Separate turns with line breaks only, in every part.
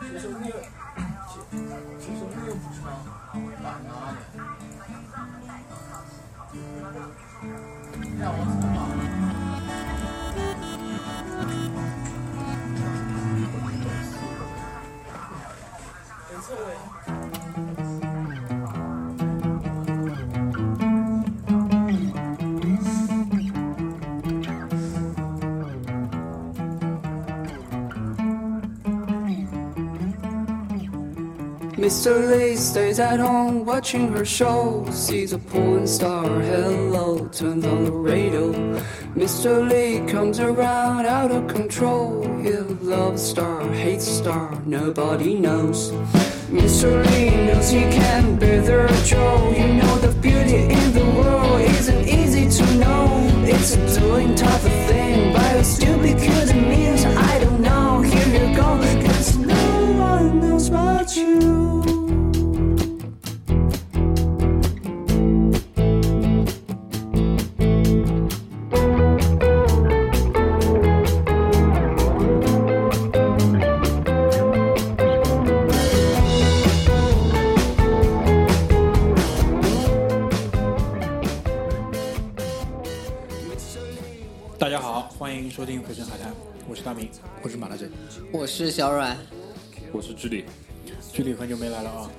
其实那个，其其实那个不是板拿的。让我怎么绑？没错哎。
Mr. Lee stays at home watching her show. Sees a porn star, hello, turns on the radio. Mr. Lee comes around out of control. He'll love star, hate star, nobody knows. Mr. Lee knows he can't be their Joe. You know the beauty in the world isn't easy to know. It's a doing type of thing, but it's stupid 'cause it means I don't know. Here you go, cause no one knows about you. Mr. Lee
大家好，欢迎收听《回声海滩》，我是大明。
我是马大嘴，
我是小阮，
我是智利，
距离很久没来了啊，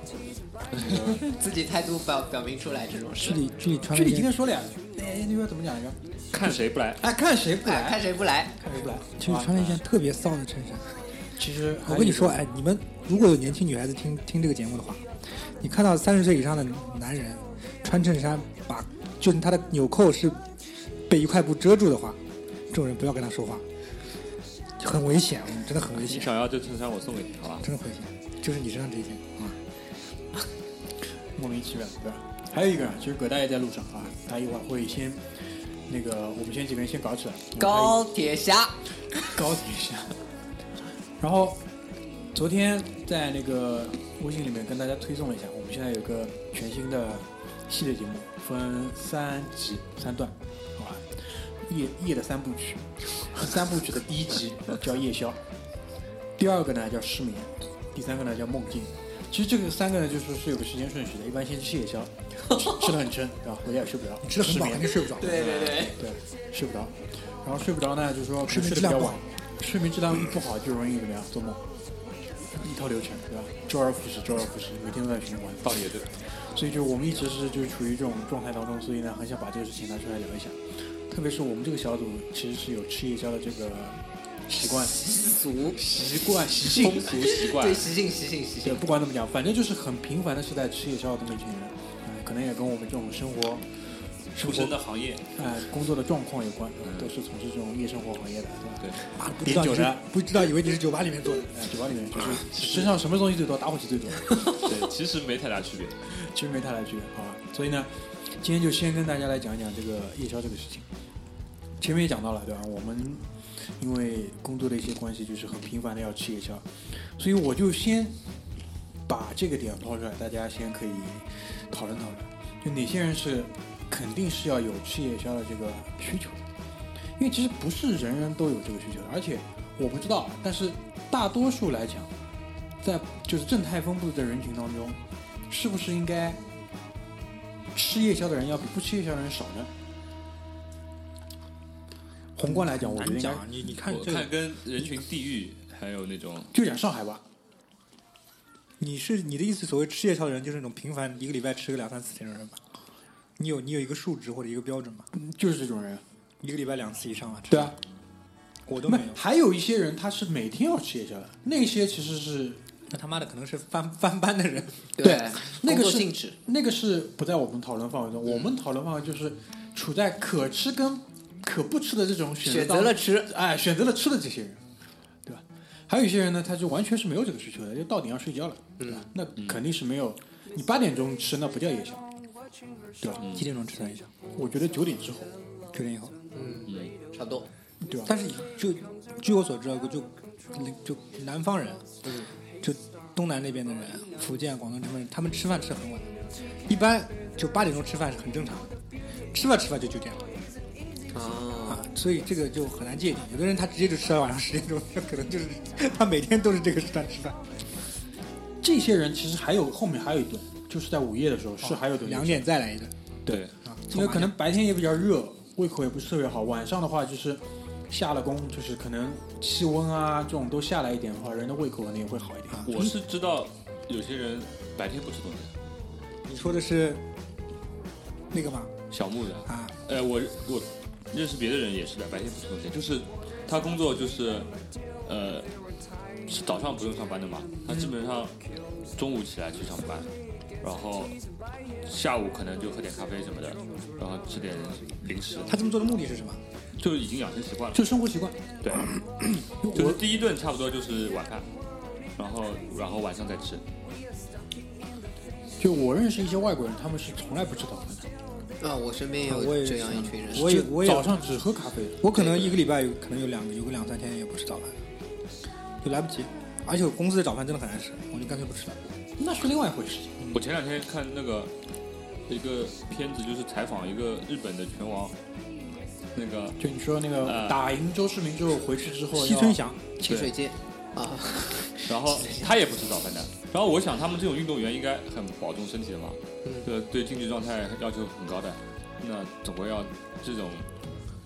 自己态度表表明出来这种事
这，里这里穿
距
了
离今
件
天说了呀，哎，那个怎么讲来着？
看谁不来。
哎，看谁不
哎，看
来，
谁不来。
看谁不来。啊
哎其实穿了一件特别骚的衬衫。
其实
我跟你说，，哎，你们如果有年轻女孩子听听这个节目的话，你看到三十岁以上的男人穿衬衫，把就是他的纽扣是被一块布遮住的话，这种人不要跟他说话，很危险，嗯真的很危
你
险，
想要这衬衫，我送给你，好吧？
真的很危险。就是你身上这一件啊，
莫名其妙，对吧？还有一个，其实葛大爷在路上啊，他一会儿会先那个，我们先几个人先搞起来，
高铁侠，
高铁侠。然后昨天在那个微信里面跟大家推送了一下，我们现在有个全新的系列节目，分三集三段，好吧？夜夜的三部曲，三部曲的第一集叫夜宵，第二个呢叫失眠，第三个呢叫梦境。其实这个三个呢，就是是有个时间顺序的，一般先吃夜宵，吃吃的很撑，然后回家也睡不着，
吃的很
失
饱
眠
肯定睡不着。
对对对，
对，睡不着，然后睡不着呢，就是说
睡眠
睡得比
质量
较
不
晚
好，
睡眠质量一不好就容易怎么样做梦，一套流程对吧？周而复始，周而复始，每天都在循环。
道理也对，
所以就我们一直是就处于这种状态当中，所以呢，很想把这个事情拿出来聊一下。特别是我们这个小组其实是有吃夜宵的这个习惯、
习俗，
习惯、习性、
风俗习惯
对，习性，习性，习
对，
性。
不管怎么讲，反正就是很频繁的是在吃夜宵的这么一群人，嗯，可能也跟我们这种生活、
出身的行业，
呃工作的状况有关，呃都是从事这种夜生活行业的，对吧？
对，
啊，不知道你
点
是
酒的
不知道，以为你是酒吧里面做的。
哎，酒吧里面就是身上什么东西最多，打火机最多，
对，其实没太大区别。
其实没太大区别，好吧？所以呢，今天就先跟大家来讲一讲这个夜宵这个事情。前面也讲到了，对吧？我们因为工作的一些关系，就是很频繁的要吃夜宵，所以我就先把这个点抛出来，大家先可以讨论讨论，就哪些人是肯定是要有吃夜宵的这个需求的，因为其实不是人人都有这个需求的，而且我不知道，啊但是大多数来讲，在就是正态分布的人群当中，是不是应该吃夜宵的人要比不吃夜宵的人少呢？宏观来讲，我觉得应该
啊你你看
我
这个
看，跟人群、地域还有那种，
就讲上海吧，
你是你的意思，所谓吃夜宵的人，就是那种频繁一个礼拜吃个两三次那种人吧？你有你有一个数值或者一个标准吗？
嗯就是这种人，
一个礼拜两次以上吧？至
对
少
啊，
我都
没
没有。
还有一些人他是每天要吃夜宵的，那些其实是
那他妈的可能是翻翻班的人，
那
工
个
作嗯
是
性质，
那个是不在我们讨论范围中，我们讨论范围就是处在可吃跟可不吃的这种选择
选
当
择
中
了吃，
哎，选择了吃的这些人，对吧？还有一些人呢，他就完全是没有这个需求的，就到点要睡觉了，
嗯
对吧？那肯定是没有。你八点钟吃那不叫夜宵，对吧？
几点钟吃饭一下？
我觉得九点之后，
九点以后。
差不多。
对吧？
但是就据我所知啊，就就南方人，啊
嗯
就东南那边的人，啊福建、广东这边人，他们吃饭吃得很晚，一般就八点钟吃饭是很正常的，吃吧吃吧就九点了
啊，
嗯
啊，所以这个就很难界定。有的人他直接就吃到晚上十点钟，可能就是 他每天都是这个时段吃饭，
这些人其实还有后面还有一顿，就是在午夜的时候是还有一顿
哦
两点再来一顿
对，
啊，
因为可能白天也比较热，胃口也不是特别好。晚上的话就是下了工，就是可能气温啊这种都下来一点的话，人的胃口可能也会好一点。
啊
我是知道有些人白天不吃东西，
你说的是那个吗？
小木的。
啊，
呃，我我认识别的人也是的，白天不吃东西，就是他工作就是呃是早上不用上班的嘛，他基本上中午起来去上班，然后下午可能就喝点咖啡什么的，然后吃点零食，
他这么做的目的是什么？
就已经养成习惯了。
就生活习惯，
对，就是第一顿差不多就是晚饭，然后然后晚上再吃。
就我认识一些外国人，他们是从来不吃早饭的，
啊，我身边也
啊我也
有
是
这样一群人，
我也
就
我也
早上只喝咖啡。
我可能一个礼拜有可能有两个有个两三天也不吃早饭，就来不及。而且我公司的早饭真的很难吃，我就干脆不吃了。
那是另外一回事。
嗯
我前两天看那个一个片子，就是采访一个日本的拳王，那个
就你说那个、
呃
打赢周世明之后回去之后，
啊西村，翔
清水街啊，
然后他也不吃早饭的。然后我想，他们这种运动员应该很保重身体的嘛，
嗯
对对竞技状态要求很高的。那总归要这种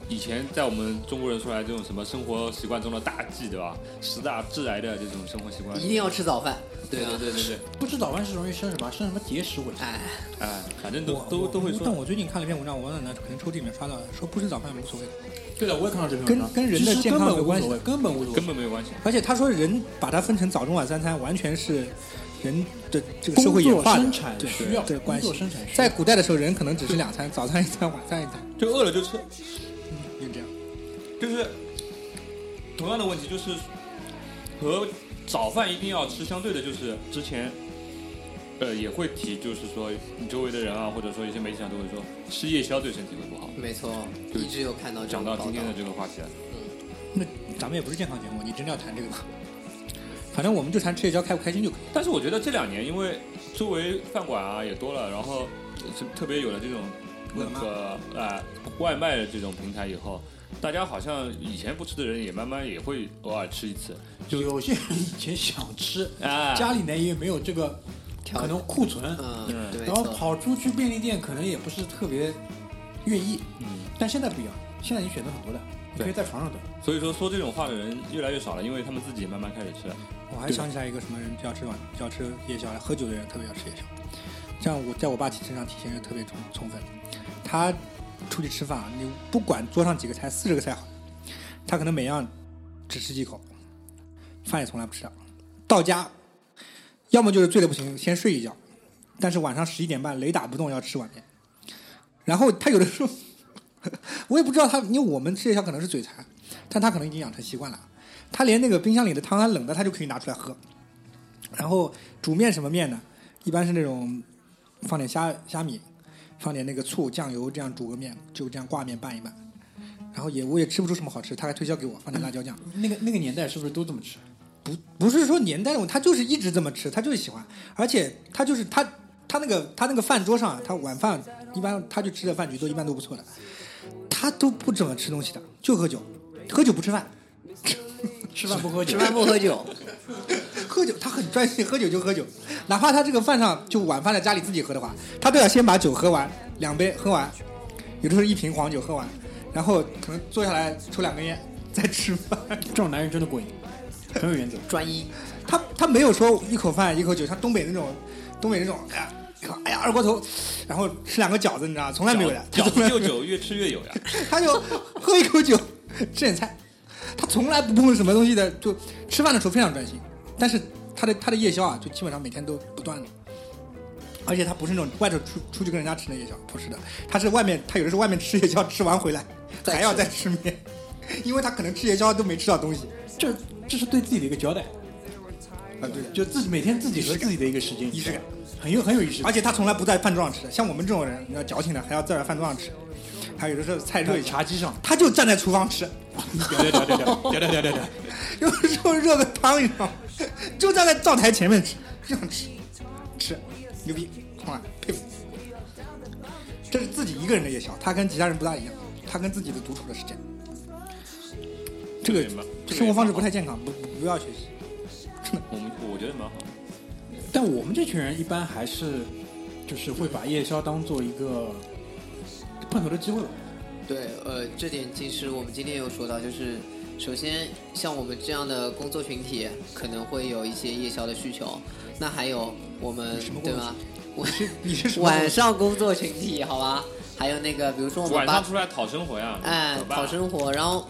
以前在我们中国人说来这种什么生活习惯中的大忌，对吧？十大致癌的这种生活习惯，
一定要吃早饭。对
对
啊，
对对对，
不吃早饭是容易生什么？生什么结石？我
哎，
哎，反正都
我
都
我
都会
但
说，
我最近看了一篇文章，我忘了可能抽屉里面刷到的，说不吃早饭无所谓。
对了，我也看到这篇
跟
文章
跟人的
其实
健康
根本
有关
无所谓，根本无所谓
根。本没有关系。
而且他说人把它分成早中晚三餐，完全是人的这个社会演化的
工作生产
对
需要
对
工
关
作
系
生产需要。
在古代的时候，人可能只是两餐，早餐一餐，晚餐一餐，
就饿了就吃，
就这样。
就是同样的问题，就是和早饭一定要吃相对的，就是之前呃也会提，就是说你周围的人啊，或者说一些媒体上都会说吃夜宵对身体会不好。
没错，
就
一直有看到这
讲
种
到
报道
今。天的这个话题啊了，
那咱们也不是健康节目，你真的要谈这个吗？反正我们就谈吃夜宵开不开心就可以。
但是我觉得这两年因为周围饭馆啊也多了，然后就特别有了这种那个呃外卖的这种平台以后。大家好像以前不吃的人也慢慢也会偶尔吃一次，
有些人以前想吃，
啊
家里呢也没有这个
条
可能库存，
嗯，
嗯
对，没
然后
错。
跑出去便利店可能也不是特别愿意。但现在不一样，现在你选择很多的，你可以在床上等。
所以说说这种话的人越来越少了，因为他们自己也慢慢开始吃了。
我还想起来一个什么人要吃晚要吃夜宵，喝酒的人特别要吃夜宵。这样我在我爸身上体现就特别充充分。他出去吃饭，啊，你不管桌上几个菜，四十个菜好，他可能每样只吃几口，饭也从来不吃的。啊到家，要么就是醉得不行，先睡一觉，但是晚上十一点半雷打不动要吃晚面。然后他有的时候， 我也不知道他，因为我们吃夜宵可能是嘴馋，但他可能已经养成习惯了。啊他连那个冰箱里的汤还冷的，他就可以拿出来喝。然后煮面什么面呢？一般是那种放点虾虾米，放点那个醋、酱油，这样煮个面，就这样挂面拌一拌。然后也我也吃不出什么好吃，他还推销给我放点辣椒酱。
那个那个年代是不是都这么吃？
不不是说年代的问题，他就是一直这么吃，他就是喜欢，而且他就是他他那个他那个饭桌上啊，他晚饭一般他就吃的饭局都一般都不错的，他都不怎么吃东西的，就喝酒，喝酒不吃饭，
吃饭不喝酒
吃，饭不喝酒，
喝酒他很专心，喝酒就喝酒，哪怕他这个饭上就晚饭在家里自己喝的话，他都要先把酒喝完，两杯喝完，有的时候一瓶黄酒喝完，然后可能坐下来抽两根烟再吃饭。
这种男人真的过瘾，很有原则。
专一。
他他没有说一口饭一口酒，像东北那种，东北那种，哎呀，一口哎呀二锅头，然后吃两个饺子，你知道吗？从来没有的，他
饺
从
子
来
就酒越吃越有呀。
他就喝一口酒，吃点菜，他从来不碰什么东西的，就吃饭的时候非常专心，但是他的他的夜宵啊，就基本上每天都不断的。而且他不是那种外头出出去跟人家吃的夜宵，不是的，他是外面，他有的时候外面吃夜宵，吃完 回来还要再吃面， 因为他可能吃夜宵都没吃到东西
这这是对自己的一个交代，
啊，对的。
就自己每天自己和自己的一个时间
仪式感，
很有很有仪式
而
感。
且他从来不在饭桌上吃，像我们这种人，你要矫情的还要在饭桌上吃，还有的时候菜热一下，
茶几上，
他就站在厨房吃，
对对对对对对对对。
有的时候热个汤，你知道吗？就站在灶台前面吃，这样吃，吃，牛逼，哇，佩服。这是自己一个人的夜宵，他跟其他人不大一样，他跟自己的独处的时间。这个
也蛮这个也
生活方
蛮好
式不太健康，不不不要学习。
我们我觉得蛮好。
但我们这群人一般还是就是会把夜宵当做一个碰头的机会吧。
对，呃，这点其实我们今天有说到，就是首先像我们这样的工作群体，可能会有一些夜宵的需求。那还有我们
什么工
对
作
吗？我
你是什么
晚上工作群体，好吧？还有那个，比如说我们
晚
八
上出来讨生活呀，
哎
怎么办
讨生活，然后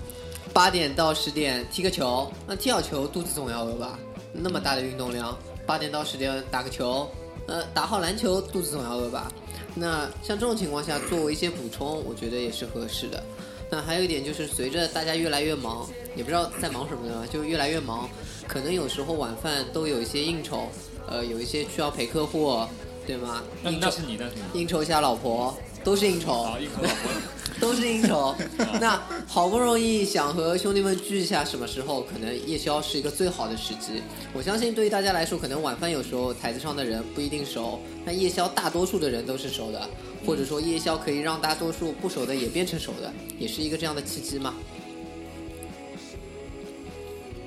八点到十点踢个球，那踢好球肚子总要饿吧？那么大的运动量，八点到十点打个球，呃，打好篮球肚子总要饿吧？那像这种情况下作为一些补充，我觉得也是合适的。那还有一点就是，随着大家越来越忙，也不知道在忙什么呢，就越来越忙，可能有时候晚饭都有一些应酬，呃，有一些需要陪客户，对吗？
那
应
那
酬
是你，那是你
应酬一下老婆，都是应酬。
啊，一口老婆。
都是应 酬。那好不容易想和兄弟们聚一下，什么时候可能夜宵是一个最好的时机？我相信对于大家来说，可能晚饭有时候台子上的人不一定熟，那夜宵大多数的人都是熟
嗯
的，或者说夜宵可以让大多数不熟的也变成熟的，也是一个这样的契机嘛。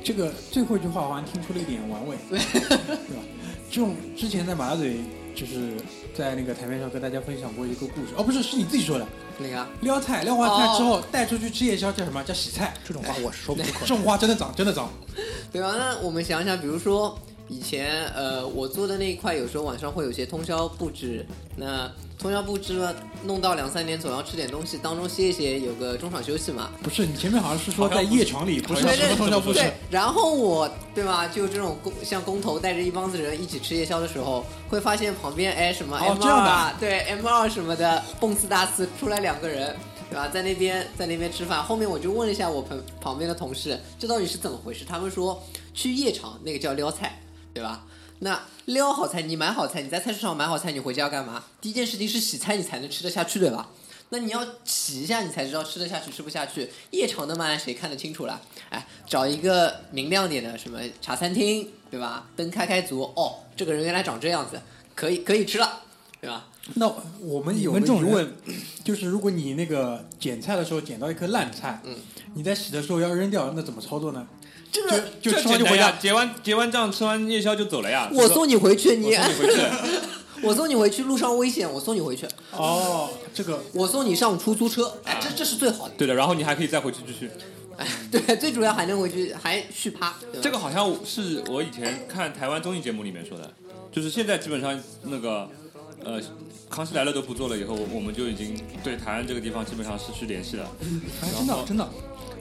这个最后一句话我好像听出了一点玩味，对吧？这种之前在马拉嘴就是在那个台面上跟大家分享过一个故事，哦，不是，是你自己说的，
那个
撩菜，撩完菜之后、带出去吃夜宵叫什么？叫洗菜，
这种话我说不出
这
口。
种话真的脏，真的脏。
对吧？那我们想想，比如说以前呃，我做的那一块，有时候晚上会有些通宵布置。那通宵布置呢，弄到两三点，总要吃点东西，当中歇一歇，有个中场休息嘛。
不是，你前面好像是说在夜场里，不是
对
哦什么通宵不吃
对，，然后我对吧？就这种工像工头带着一帮子人一起吃夜宵的时候，会发现旁边哎什么
哦
M
这样
二
的
啊，对 M 二什么的，蹦次大次出来两个人，对吧？在那边在那边吃饭。后面我就问了一下我旁旁边的同事，这到底是怎么回事？他们说去夜场那个叫撩菜，对吧？那撩好菜，你买好菜，你在菜市场买好菜，你回家要干嘛？第一件事情是洗菜，你才能吃得下去，对吧？那你要洗一下，你才知道吃得下去吃不下去。夜场的嘛，谁看得清楚啦？哎，找一个明亮点的，什么茶餐厅，对吧？灯开开足，哦，这个人原来长这样子，可以可以吃了，对吧？
那我们有
你们
个
这
疑
种人
问，就是如果你那个捡菜的时候捡到一颗烂菜，嗯，你在洗的时候要扔掉，那怎么操作呢？
这
就
个
就
这
吃完
简
就
单
回
呀
家，
结完结完账，吃完夜宵就走了呀。
我送你回去，你
我送你回去，
我送你回去，路上危险，我送你回去，
哦，这个
我送你上出租车，哎，这这是最好的，
对的，然后你还可以再回去继续。
哎，对，最主要还能回去还续趴，对吧
这个好像是我以前看台湾综艺节目里面说的，就是现在基本上那个呃《康熙来了》都不做了以后，我们就已经对台湾这个地方基本上失去联系了。
哎真的真的，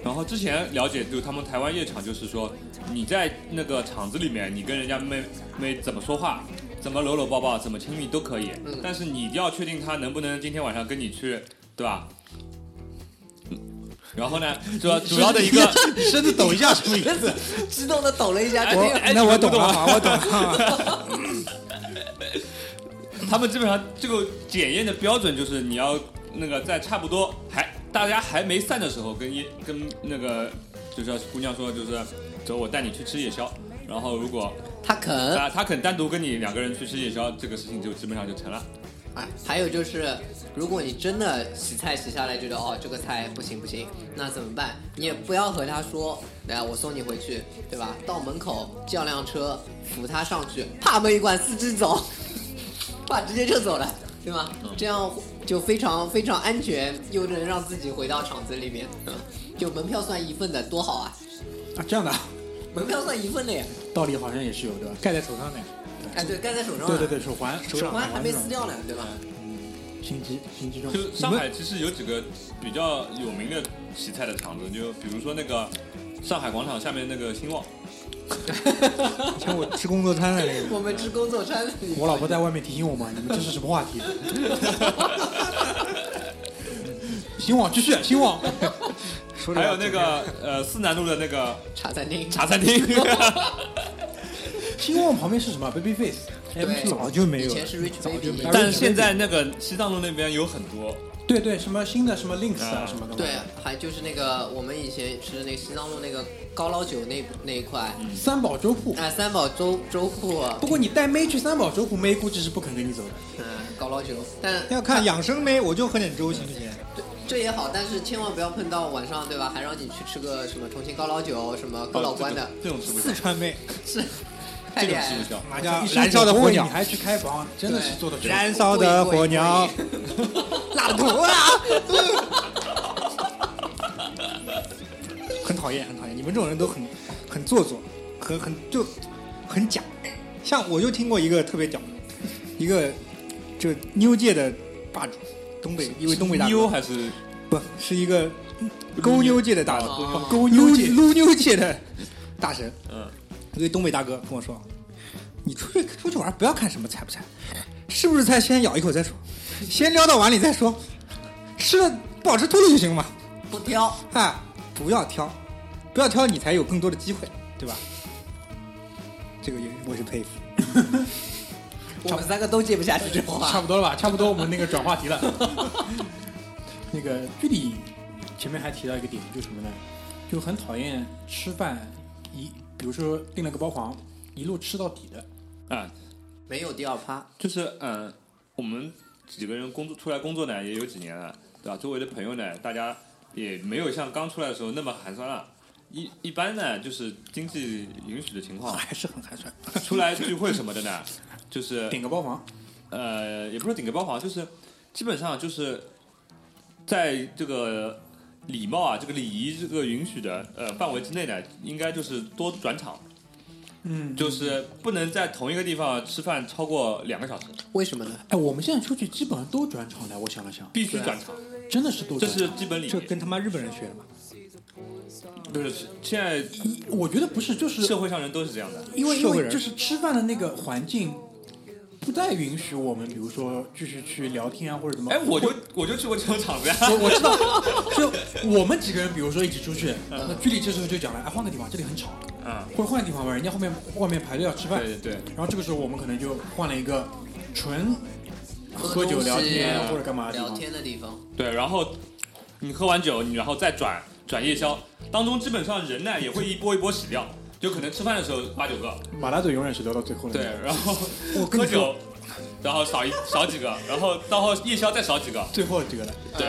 然后之前了解，就他们台湾夜场，就是说你在那个场子里面，你跟人家妹妹怎么说话，怎么搂搂抱抱，怎么亲密都可以，但是你要确定他能不能今天晚上跟你去，对吧？然后呢，主要主要的一个，
身子抖一下什么意思？
激动的抖了一下，
哎
这
哎
个
那
你
我
们不
懂
懂
了
啊
啊，我懂了啊。
他们基本上这个检验的标准就是你要那个在差不多还大家还没散的时候跟，夜跟那个就是要姑娘说，就是走，我带你去吃夜宵。然后如果
他肯，
啊，他肯单独跟你两个人去吃夜宵，这个事情就基本上就成了。
哎，还有就是，如果你真的洗菜洗下来觉得哦这个菜不行不行，那怎么办？你也不要和他说，来我送你回去，对吧？到门口叫辆车扶他上去，啪门一关，司机走， 啪直接就走了，对吗？这样就非常非常安全，又能让自己回到场子里面， 嗯就门票算一份的多好啊！
啊，这样的啊
门票算一份的呀，
道理好像也是有对吧？
盖在手上的，
哎对，盖在手上，
对对，对，手环手
手
掌
环还没
手
撕
掌
掉呢，对吧？
心机心机重
嗯
就。上
你
海
们
其实有几个比较有名的洗菜的场子，就比如说那个上海广场下面那个兴旺，
以前我吃工作餐 的那个，
我们吃工作餐，
我老婆在外面提醒我们，你们这是什么话题？新网继续，新网。
说着
还有那个呃思南路的那个
茶餐厅，
茶餐 厅，
新旺旁边是什么？Baby Face。
对
早就
以
没有了
前是 Rich
早
Baby，
就没有了
但是现在那个西藏路那边有很多，
对对，什么新的什么 Links 啊
啊
什么的。
对，，还就是那个我们以前吃的那个西藏路那个高捞酒那那一块，
三宝粥铺。
啊，三宝粥粥铺，
不过你带妹去三宝粥铺，妹估计是不肯跟你走的。
嗯，高捞酒，但
要看养生没，我就喝点粥行不行？
对这也好，但是千万不要碰到晚上，对吧？还让你去吃个什么重庆高老酒，什么哥老关的，
呃这种吃不消
四，川妹，
是太
这
厉
种
害
吃
了
不。消。
麻
叫
将燃烧的火鸟
你，还去开房，真的是做的
对
燃烧的火鸟，
辣的头啊！
很讨厌，很讨厌。你们这种人都很很做作，很很就很假。像我就听过一个特别屌的，一个就妞界的霸主，东北一位东北大
妞
哥，
还是
不是一个勾妞界的大神，
哦
勾妞界嗯撸妞界的大神。
嗯，
一个东北大哥跟我说：“你出去出去玩，不要看什么菜不菜，是不是菜先咬一口再说，先撩到碗里再说，吃了不好吃吐了就行嘛。
不挑，
哎，不要挑，不要挑，你才有更多的机会，对吧？这个也我是佩服。
我们三个都接不下去这话
差。不多了吧？差不多，我们那个转话 题了。那个具体前面还提到一个点，就是什么呢？就很讨厌吃饭一，比如说订了个包房，一路吃到底的。
啊，
没有第二趴，
就是嗯、呃我们几个人工作出来工作呢，也有几年了，对吧？周围的朋友呢，大家也没有像刚出来的时候那么寒酸了。一一般呢，就是经济允许的情况，
还是很寒酸，
出来聚会什么的呢，就是
啊点个包房，
呃，也不是顶个包房，就是基本上就是在这个礼貌啊、这个礼仪这个允许的呃范围之内呢，应该就是多转场，
嗯，
就是不能在同一个地方吃饭超过两个小时，
为什么呢？
哎，我们现在出去基本上都转场的。我想了想，
必须转场，
真的是都
这
转
是
场。
基本礼
这
仪。
跟他妈日本人学的嘛？
不是现在
我觉得不是，就是
社会上人都是这样的，
因为因
社会
为
人
就是吃饭的那个环境不再允许我们，比如说继续去聊天啊或者怎么。
哎，我就我就去过这种场子呀，
我我知道，就我们几个人，比如说一起出去，那居里这时候就讲了，哎，换个地方，这里很吵，
嗯，
或者换个地方吧，人家后面外面排队要吃饭，
对对对。
然后这个时候我们可能就换了一个纯喝酒聊天啊或者干嘛的地
聊
方，
天的地方，
对，然后你喝完酒，你然后再转转夜宵，当中基本上人呢也会一波一波洗掉，就可能吃饭的时候八九个，
马拉嘴永远是聊到最后的。
对，，然后
我跟
喝
你说，
酒，然后少一少几个，然后到后夜宵再少几个，
最后这个了，
对，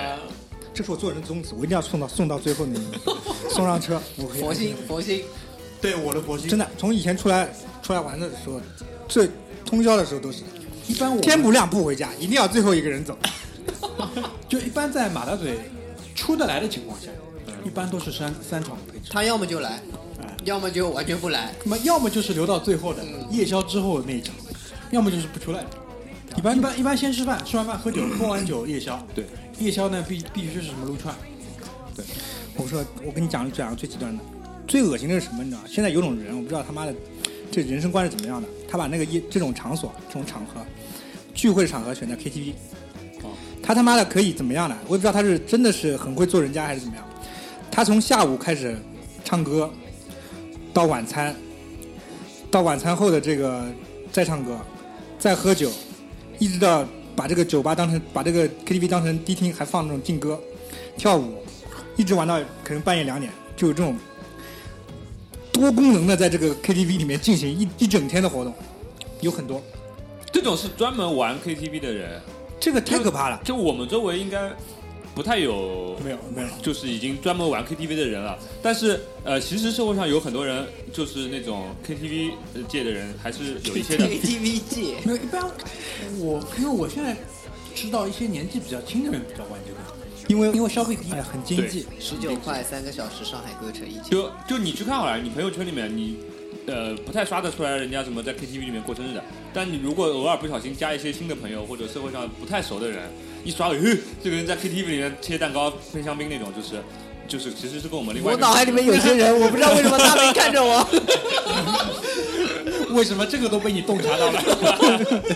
这是我做人的宗旨，我一定要送到送到最后那一步，送上车。我可以
佛心佛心，
对我的佛心
真的，从以前出来出来玩的时候，最通宵的时候都是
一般我
天不亮不回家，一定要最后一个人走。
就一般在马大嘴出得来的情况下，一般都是三三场配置，
他要么就来，要么就完全不来。
那么要么就是留到最后的夜宵之后那一场，要么就是不出来的。一般一般一嗯般先吃饭，吃完饭喝酒，喝完酒夜宵。
对，
夜宵呢必必须是什么撸串，
我说，我跟你讲讲个最极端的，最恶心的是什么？你知道吗？现在有种人，我不知道他妈的这人生观是怎么样的。他把那个一这种场所、这种场合、聚会场合选在 KTV，
哦
他他妈的可以怎么样呢？我也不知道他是真的是很会做人家还是怎么样。他从下午开始唱歌，到晚餐，到晚餐后的这个再唱歌，再喝酒，一直到把这个酒吧当成把这个 KTV 当成迪厅，还放那种劲歌、跳舞，一直玩到可能半夜两点，就有这种多功能的在这个 KTV 里面进行一一整天的活动，有很多，
这种是专门玩 KTV 的人，
这个太可怕了。
就我们周围应该不太有
没有没有。
就是已经专门玩 KTV 的人了。但是呃，其实社会上有很多人，就是那种 KTV 界的人，还是有一些 的。
KTV 界，
没有，呃一般我因为我现在知道一些年纪比较轻的人比较玩这个，
因为
因为消费低，
哎很经济，
十九块三个小时，上海歌城一千。
就就你去看好了，你朋友圈里面你呃不太刷得出来人家什么在 KTV 里面过生日的，但你如果偶尔不小心加一些新的朋友或者社会上不太熟的人，一刷，呃，这个人在 KTV 里面切蛋糕、喷香槟那种，就是就是其实是跟我们另外一
我
个
脑海里面有些人，我不知道为什么他没看着 我。
为什么这个都被你洞察到了？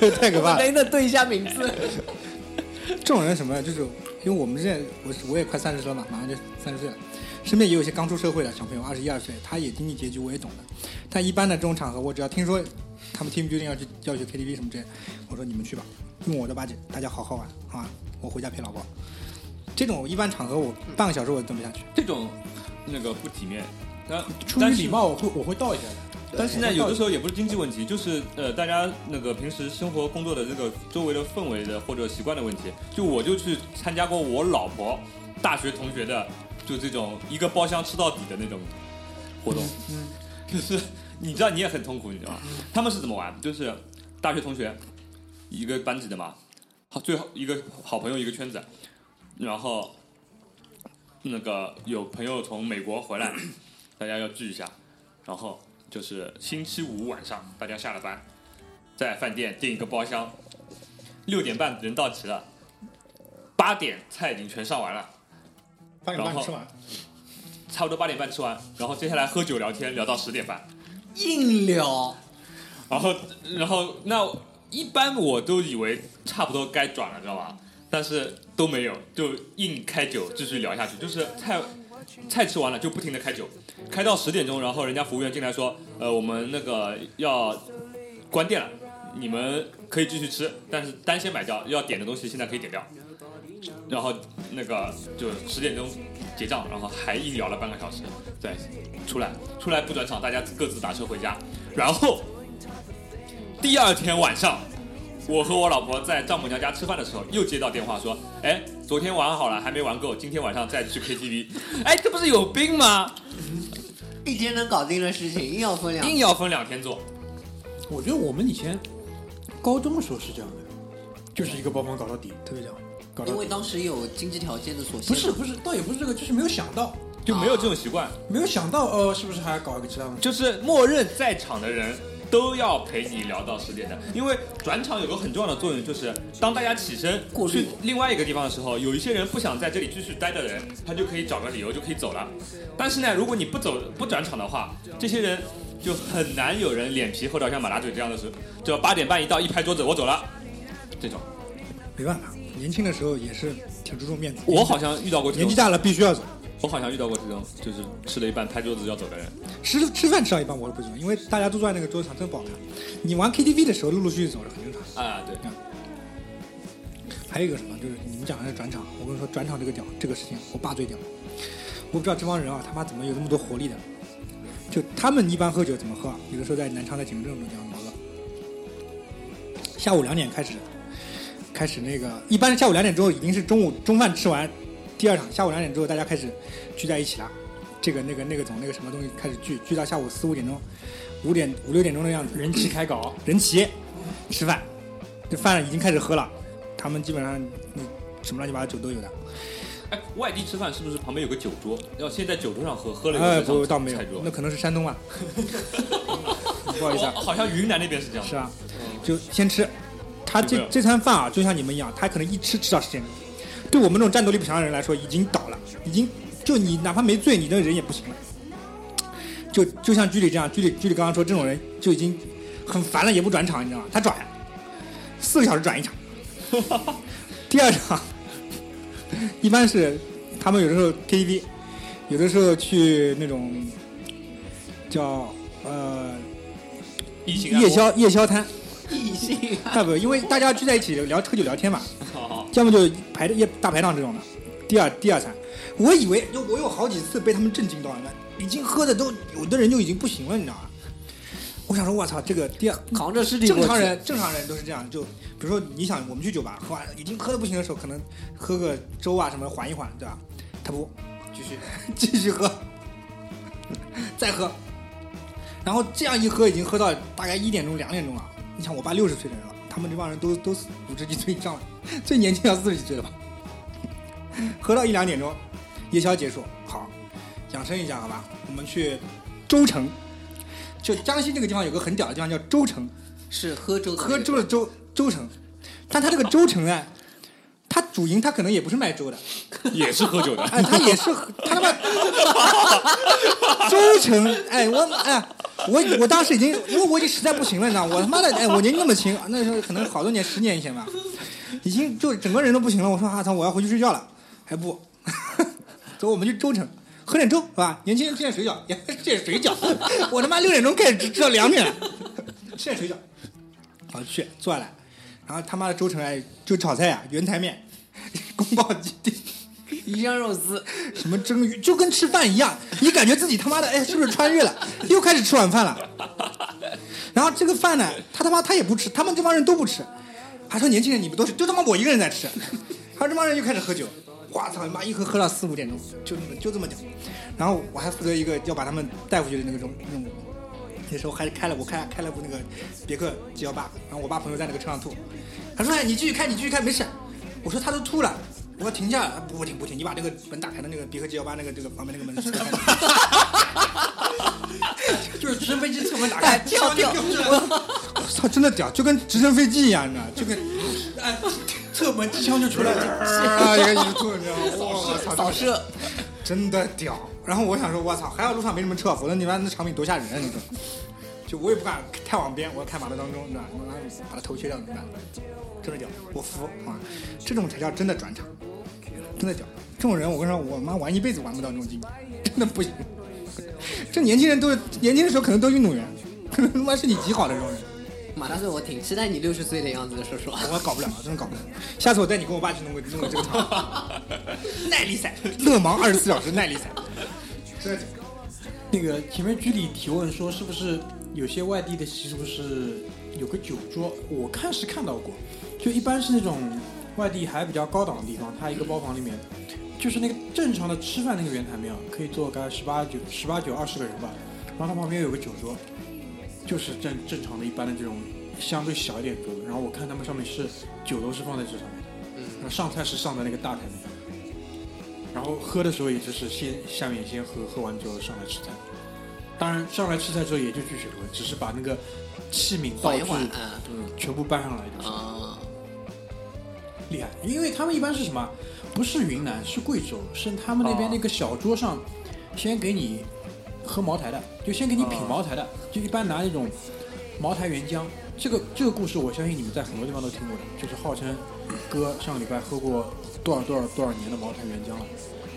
太可怕了。
没能对一下名字。
这种人什么呢？就是因为我们现在我我也快三十了嘛，马上就三十岁了，身边也有一些刚出社会的小朋友，二十一二岁，他也经历拮据，我也懂的。但一般的这种场合，我只要听说他们 team building 要去要去 KTV 什么之类的，我说你们去吧，用我的八戒，大家好好玩，好吧，我回家陪老婆。这种一般场合，我半个小时我蹲不下去。
这种那个不体面。但
出于
但是
礼貌，我会我会倒一下的。
但是呢，有的时候也不是经济问题，就是呃，大家那个平时生活工作的这个周围的氛围的或者习惯的问题。就我就去参加过我老婆大学同学的，就这种一个包厢吃到底的那种活动，嗯， 就是你知道你也很痛苦，你知道吗？他们是怎么玩？就是大学同学一个班级的嘛，好最后一个好朋友一个圈子，然后那个有朋友从美国回来，大家要聚一下，然后就是星期五晚上大家下了班，在饭店订一个包厢，六点半人到齐了，八点菜已经全上完了。
八点半吃完，
差不多八点半吃完，然后接下来喝酒聊天，聊到十点半，
硬聊，
然后然后那一般我都以为差不多该转了，知道吧？但是都没有，就硬开酒继续聊下去，就是菜菜吃完了就不停的开酒，开到十点钟，然后人家服务员进来说，呃，我们那个要关店了，你们可以继续吃，但是单先买掉，要点的东西现在可以点掉。然后那个就十点钟结账，然后还硬聊了半个小时，对，出来出来不转场，大家各自打车回家。然后第二天晚上，我和我老婆在丈母娘家吃饭的时候，又接到电话说，哎，昨天玩好了还没玩够，今天晚上再去 KTV。哎，这不是有病吗？
一天能搞定的事情硬要分两，
硬要分两天做，
我觉得我们以前高中的时候是这样的，就是一个包房搞到底，特别这样，搞到
因为
底。
当时有经济条件的所限，
不是不是，倒也不是这个，就是没有想到，
就没有这种习惯，
没有想到，呃，是不是还要搞一个其他东西？
就是默认在场的人都要陪你聊到十点的，因为转场有个很重要的作用，就是当大家起身
过滤
去另外一个地方的时候，有一些人不想在这里继续待的人，他就可以找个理由就可以走了。但是呢，如果你不走不转场的话，这些人就很难有人脸皮厚到像马大嘴这样的时，就八点半一到一拍桌子我走了，这种
没办法，年轻的时候也是挺注重面子。
我好像遇到过这
年纪
种，
大了必须要走，
我好像遇到过这种，就是吃了一半拍桌子要走的人。
吃吃饭吃到一半我是不行，因为大家都坐在那个桌子上，真不好看。你玩 KTV 的时候陆陆续续走是很正常的。
啊，对，
还有一个什么，就是你们讲的是转场，我跟你说转场这个屌，这个事情我爸最屌。我不知道这帮人啊，他妈怎么有那么多活力的？就他们一般喝酒怎么喝啊？有的时候在南昌在景德镇这样熬的，下午两点开始，开始那个一般下午两点之后已经是中午中饭吃完，第二场下午两点之后大家开始聚在一起了，这个那个那个总那个什么东西开始聚，聚到下午四五点钟，五点五六点钟的样子，
人齐开搞，
人齐吃饭，这饭已经开始喝了，他们基本上嗯什么乱七八糟酒都有的。
哎，外地吃饭是不是旁边有个酒桌？要先在酒桌上喝，喝了以后
哎，
再上
不，倒没有
菜桌，
那可能是山东吧，啊不好意思啊
哦，好像云南那边是这样
是。啊，就先吃。他
有没
这
有
这餐饭啊，就像你们一样，他可能一吃吃到十点钟，对我们这种战斗力不强的人来说，已经倒了，已经就你哪怕没醉，你这人也不行了。就就像居里这样，居里居里刚刚说，这种人就已经很烦了，也不转场，你知道吗？他转，四个小时转一场，第二场一般是他们有的时候 KTV，有的时候去那种叫呃
疫情啊按摩
夜宵夜宵摊，
异性啊，
那不，因为大家聚在一起聊喝酒聊天嘛，
好好
要么就排夜大排档这种的。第二第二餐，我以为就我有好几次被他们震惊到了，已经喝的都有的人就已经不行了，你知道吗？我想说，我操，这个第二
扛着尸体过
正
去
常人正常人都是这样，就比如说你想我们去酒吧喝完了已经喝的不行的时候，可能喝个粥啊什么的缓一缓，对吧？他不继续 继续喝，再喝，然后这样一喝已经喝到大概一点钟两点钟了。你想我爸六十岁的人了，他们这帮人都都五十几岁以上了， 最年轻要四十几岁了吧？ 喝到一两点钟，夜宵结束，好，养生一下好吧？我们去州城，就江西这个地方有个很屌的地方叫州城。
是喝粥的
喝
那
粥
个
的粥粥城，但他这个粥城啊，他主营他可能也不是卖粥的，
也是喝酒 的，
哎，他也是他他妈粥城，哎，我哎，我我当时已经，因为我已经实在不行了，你知道，我他妈的，哎，我年纪那么轻，那时候可能好多年，十年以前吧，已经就整个人都不行了。我说啊操，我要回去睡觉了，还不， 走，我们去粥城。喝点粥是吧？年轻人吃点水饺， 吃点水饺。我他妈六点钟开始吃，吃到两点了，吃点水饺。好去坐下来，然后他妈的粥城哎，就炒菜呀、原台面、 宫保鸡丁，
鱼香肉丝，
什么蒸鱼，就跟吃饭一样，你感觉自己他妈的哎，是不是穿越了？又开始吃晚饭了。然后这个饭呢，他他妈他也不吃，他们这帮人都不吃，还说年轻人你们都是，就他妈我一个人在吃。他这帮人又开始喝酒，哇操你妈，一喝喝到四五点钟，就这么就这么讲。然后我还负责一个要把他们带回去的那个任任务。那时候还开了我开开了部那个别克 G 幺八，然后我爸朋友在那个车上吐，他说哎你继续开你继续开没事，我说他都吐了。我说停下来，不停不停，你把那个门打开的那个别克 G 幺八那个这个旁边那个门是干嘛？就是直升飞机侧门打开，
哎跳 跳
我操，真的屌，就跟直升飞机一样，你知道，就跟 哎侧门机枪就出 来了，啊一个一吐，你知道吗？我操，
扫射，
真的屌。然后我想说，我操，还好路上没什么车，否则你妈那场面多吓人啊！你说，就我也不敢太往边，我要开马路当中，你知道，妈把他头切掉怎么办？真的屌，我服啊！这种才叫真的转场，真的屌。这种人，我跟你说，我妈玩一辈子玩不到这种境界， 真的不行。 这年轻人都是年轻的时候可能都运动员，可能他 妈是你极好的这种人，
马大帅，我挺期待你六十岁的样子的，说 实话。
我搞不了，啊真的搞不了。下次我带你跟我爸去弄个弄个这个 场，耐力赛，勒芒二十四小时耐力赛，真的屌。
那个前面居里提问说，是不是有些外地的习俗是有个酒桌？我看是看到过，就一般是那种外地还比较高档的地方，它一个包房里面，就是那个正常的吃饭那个圆台面啊，可以坐个十八九、十八九、二十个人吧。然后它旁边有个酒桌，就是正正常的一般的这种相对小一点的桌子。然后我看他们上面是酒都是放在这上面，然后上菜是上在那个大台面，然后喝的时候也就是先下面先喝，喝完之后上来吃菜。当然上来吃菜之后也就去水喝，只是把那个器皿道
缓一
具
缓啊
嗯全部搬上来就是。
啊，
厉害，因为他们一般是什么？不是云南，是贵州，是他们那边那个小桌上，先给你喝茅台的，就先给你品茅台的，就一般拿那种茅台原浆。这个这个故事，我相信你们在很多地方都听过的，就是号称哥上个礼拜喝过多少多少多少年的茅台原浆了，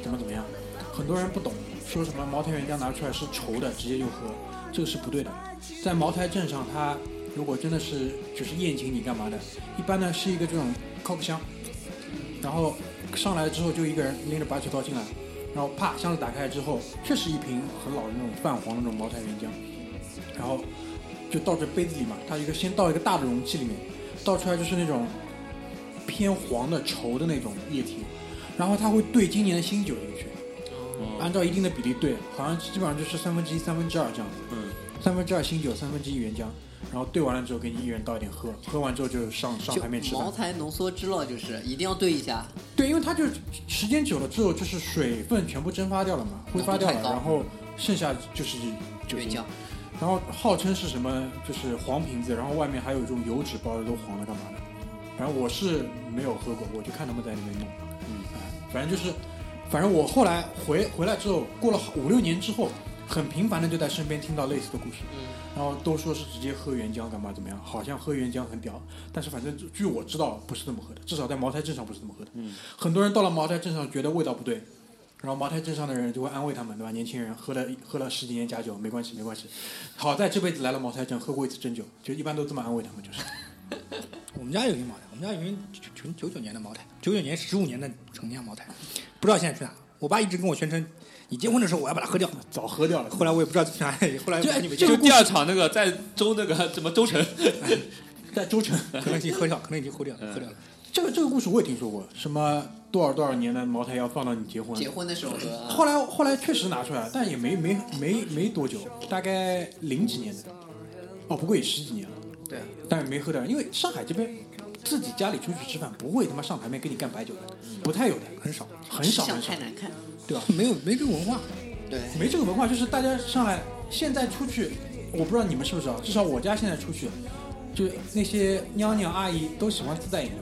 怎么怎么样？很多人不懂，说什么茅台原浆拿出来是稠的，直接就喝，这个是不对的。在茅台镇上，它如果真的是就是宴请你干嘛的，一般呢是一个这种靠个箱，然后上来之后就一个人拎着白水糕进来，然后啪箱子打开之后，确实一瓶很老的那种泛黄的那种茅台原浆，然后就倒在杯子里嘛，它一个先倒一个大的容器里面，倒出来就是那种偏黄的稠的那种液体，然后它会兑今年的新酒进去，按照一定的比例兑，好像基本上就是三分之一、三分之二这样子。
嗯，
三分之二新酒，三分之一原浆，然后兑完了之后给你一人倒一点喝，喝完之后就上上
就
台面吃饭
茅。台浓缩汁了，就是一定要兑一下。
对，因为它就是时间久了之后，就是水分全部蒸发掉了嘛，挥发掉了，
浓度太高
然后剩下就是酒
原
精
浆。
然后号称是什么，就是黄瓶子，然后外面还有一种油纸包的，都黄了干嘛的？反正我是没有喝过，我就看他们在那边弄。嗯，哎，反正就是，反正我后来回回来之后，过了好五六年之后，很频繁的就在身边听到类似的故事。然后都说是直接喝原浆干嘛怎么样，好像喝原浆很屌，但是反正据我知道不是这么喝的，至少在茅台镇上不是这么喝的。很多人到了茅台镇上觉得味道不对，然后茅台镇上的人就会安慰他们，对吧？年轻人喝了喝了十几年假酒，没关系没关系，好在这辈子来了茅台镇喝过一次真酒，就一般都这么安慰他们，就是。
我们家有一瓶茅台，我们家有一瓶九九九九年的茅台，九九年十五年的陈酿茅台，不知道现在去哪了。我爸一直跟我宣称，你结婚的时候我要把它喝掉。
早喝掉了，
后来我也不知道去哪里，后来
这
我你们
这个
就
故
第二场那个在周那个什么周 城，
在周城，
可能已经喝掉，可能已经喝掉了，喝掉了。
这个这个故事我也听说过，什么多少多少年的茅台要放到你结婚，
结婚的时候喝啊，
后来后来确实拿出来，但也没没没没多久，大概零几年的，哦，不过也十几年了。
对，
但是没喝掉，因为上海这边自己家里出去吃饭不会他妈上台面给你干白酒的，不太有的，很少，很少
相
很少
太，难看。
对吧？
没有没这个文化，
对，
没这个文化，就是大家上来现在出去，我不知道你们是不是啊，至少我家现在出去，就那些娘娘阿姨都喜欢自带饮料。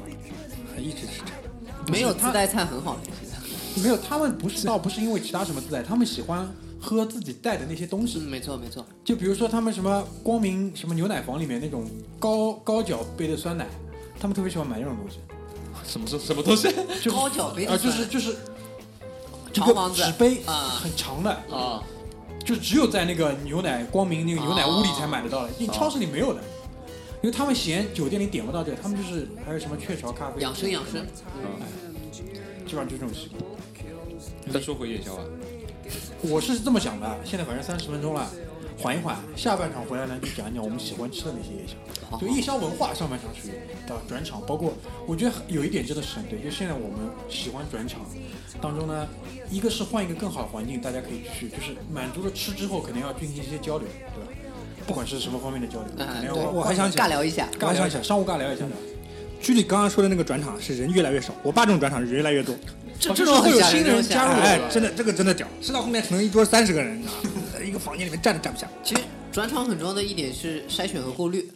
还 一直是这样。
没有
他
自带菜很好吃的。
没有，他们不是倒不是因为其他什么自带，他们喜欢喝自己带的那些东西
嗯，。没错没错。
就比如说他们什么光明什么牛奶房里面那种高高脚杯的酸奶，他们特别喜欢买那种东西，
什么什什么东西？
就是
高脚杯的
啊，就
酸
是
奶
就是这
长
个
房子
纸杯
啊
很长的，
啊，
就只有在那个牛奶光明那个牛奶屋里才买得到
哦
的，你超市里没有的，因为他们嫌酒店里点不到这个，他们就是还有什么雀巢咖啡，
养生养生，
基本上就这种习惯。
再说回夜宵啊，
我是这么想的，现在反正三十分钟了，缓一缓，下半场回来呢就讲一讲我们喜欢吃的那些夜宵，就夜宵文化上半场属于对吧？转场包括我觉得有一点真的是很对，就现在我们喜欢转场当中呢，一个是换一个更好的环境，大家可以去，就是满足了吃之后，肯定要进行一些交流，对吧？不管是什么方面的交流，肯定
嗯，
要
对，
我还想起来
尬聊一下，
尬聊一下，商务尬聊一下的。
居里刚刚说的那个转场是人越来越少，我爸这种转场是人越来越多。
这
这种会有新人加入
入。
哎，真的这个真的屌，吃到后面可能一桌三十个人，你知道吗？ 一个房间里面站都站不下。
其实转场很重要的一点是筛选和过滤。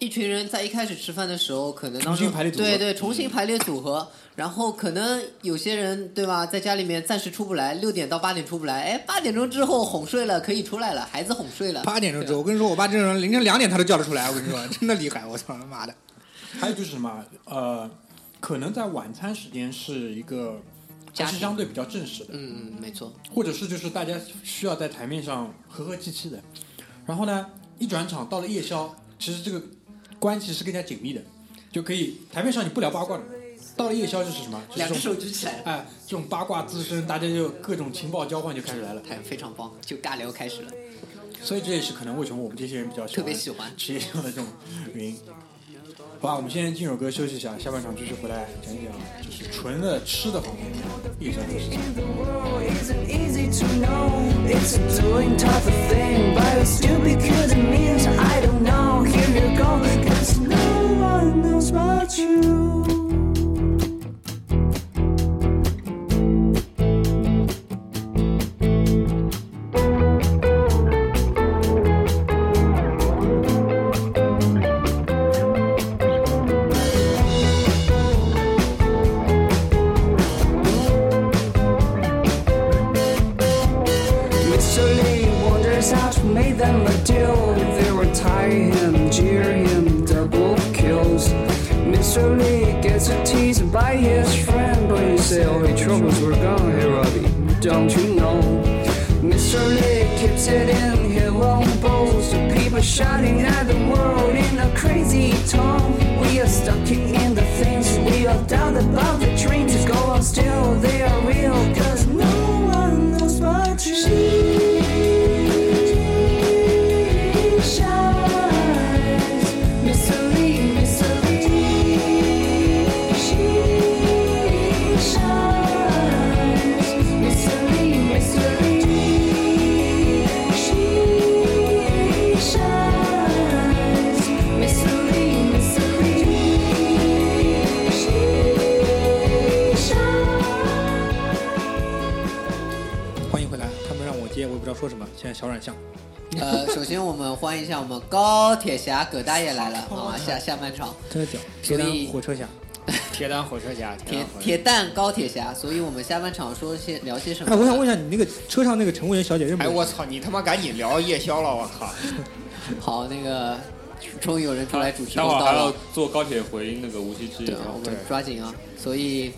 一群人在一开始吃饭的时候，可能当中
重新排列组合嗯
对对，重新排列组合。然后可能有些人对吧，在家里面暂时出不来，六点到八点出不来，哎，八点钟之后哄睡了，可以出来了，孩子哄睡了。
八点钟之后，我跟你说，我爸这种人凌晨两点他都叫得出来，我跟你说， 真的厉害，我操他妈的！
还有就是什么，呃，可能在晚餐时间是一个还
家
是
庭
相对比较正式的，
嗯，嗯，没错，
或者是就是大家需要在台面上和和气气的。然后呢，一转场到了夜宵，其实这个关系是更加紧密的，就可以台面上你不聊八卦的，到了夜宵就是什么，就是
两
这
只
种
手举起来，
哎这种八卦滋生，大家就各种情报交换就开始来了。
太非常棒，就尬聊开始了。
所以这也是可能为什么我们这些人比较喜欢
特别喜欢
吃夜宵的这种原因。好吧，我们先进首歌休息一下，下半场继续回来讲一讲就是纯的吃的方面，夜宵的事情。
The world isn't easy to know. It's a doing type of thing, but it's stupid 'cause it means I don't know. Here you go, 'cause no one knows about you. Mr. Lee wonders how to make them a deal. They will tie him, jeer him, double kills. Mr. Lee gets a tease by his friend, but you say all your troubles were gone. Hey, Robbie, don't you know? Mr. Lee keeps it in his long bowls. The people shouting at the world in a crazy tone. We are stuck in the things we are doubt about the dreams. Go on still, they are real, cause no one knows but you. shines. Mystery, mystery. She shines. Mystery, mystery. She shines. Mystery, mystery. She shines.
欢迎回来，他们让我接，我也不知道说什么，现在小软项。
呃，首先我们欢迎一下我们高铁侠葛大爷来 了啊，下下半场。
真的屌，
所
铁
以
胆火车侠。
铁胆火车 侠，
铁
铁胆火车
铁蛋高铁侠，所以我们下半场说些聊些什么？
哎，我想问一下，你那个车上那个乘务员小姐认不
哎，
认识？
我操！你他妈赶紧聊夜宵了，我靠！
好，那个终于有人出来主持
待
公
会儿
道
还要
了，
坐高铁回那个无锡之夜
对，我们
对
抓紧啊！所以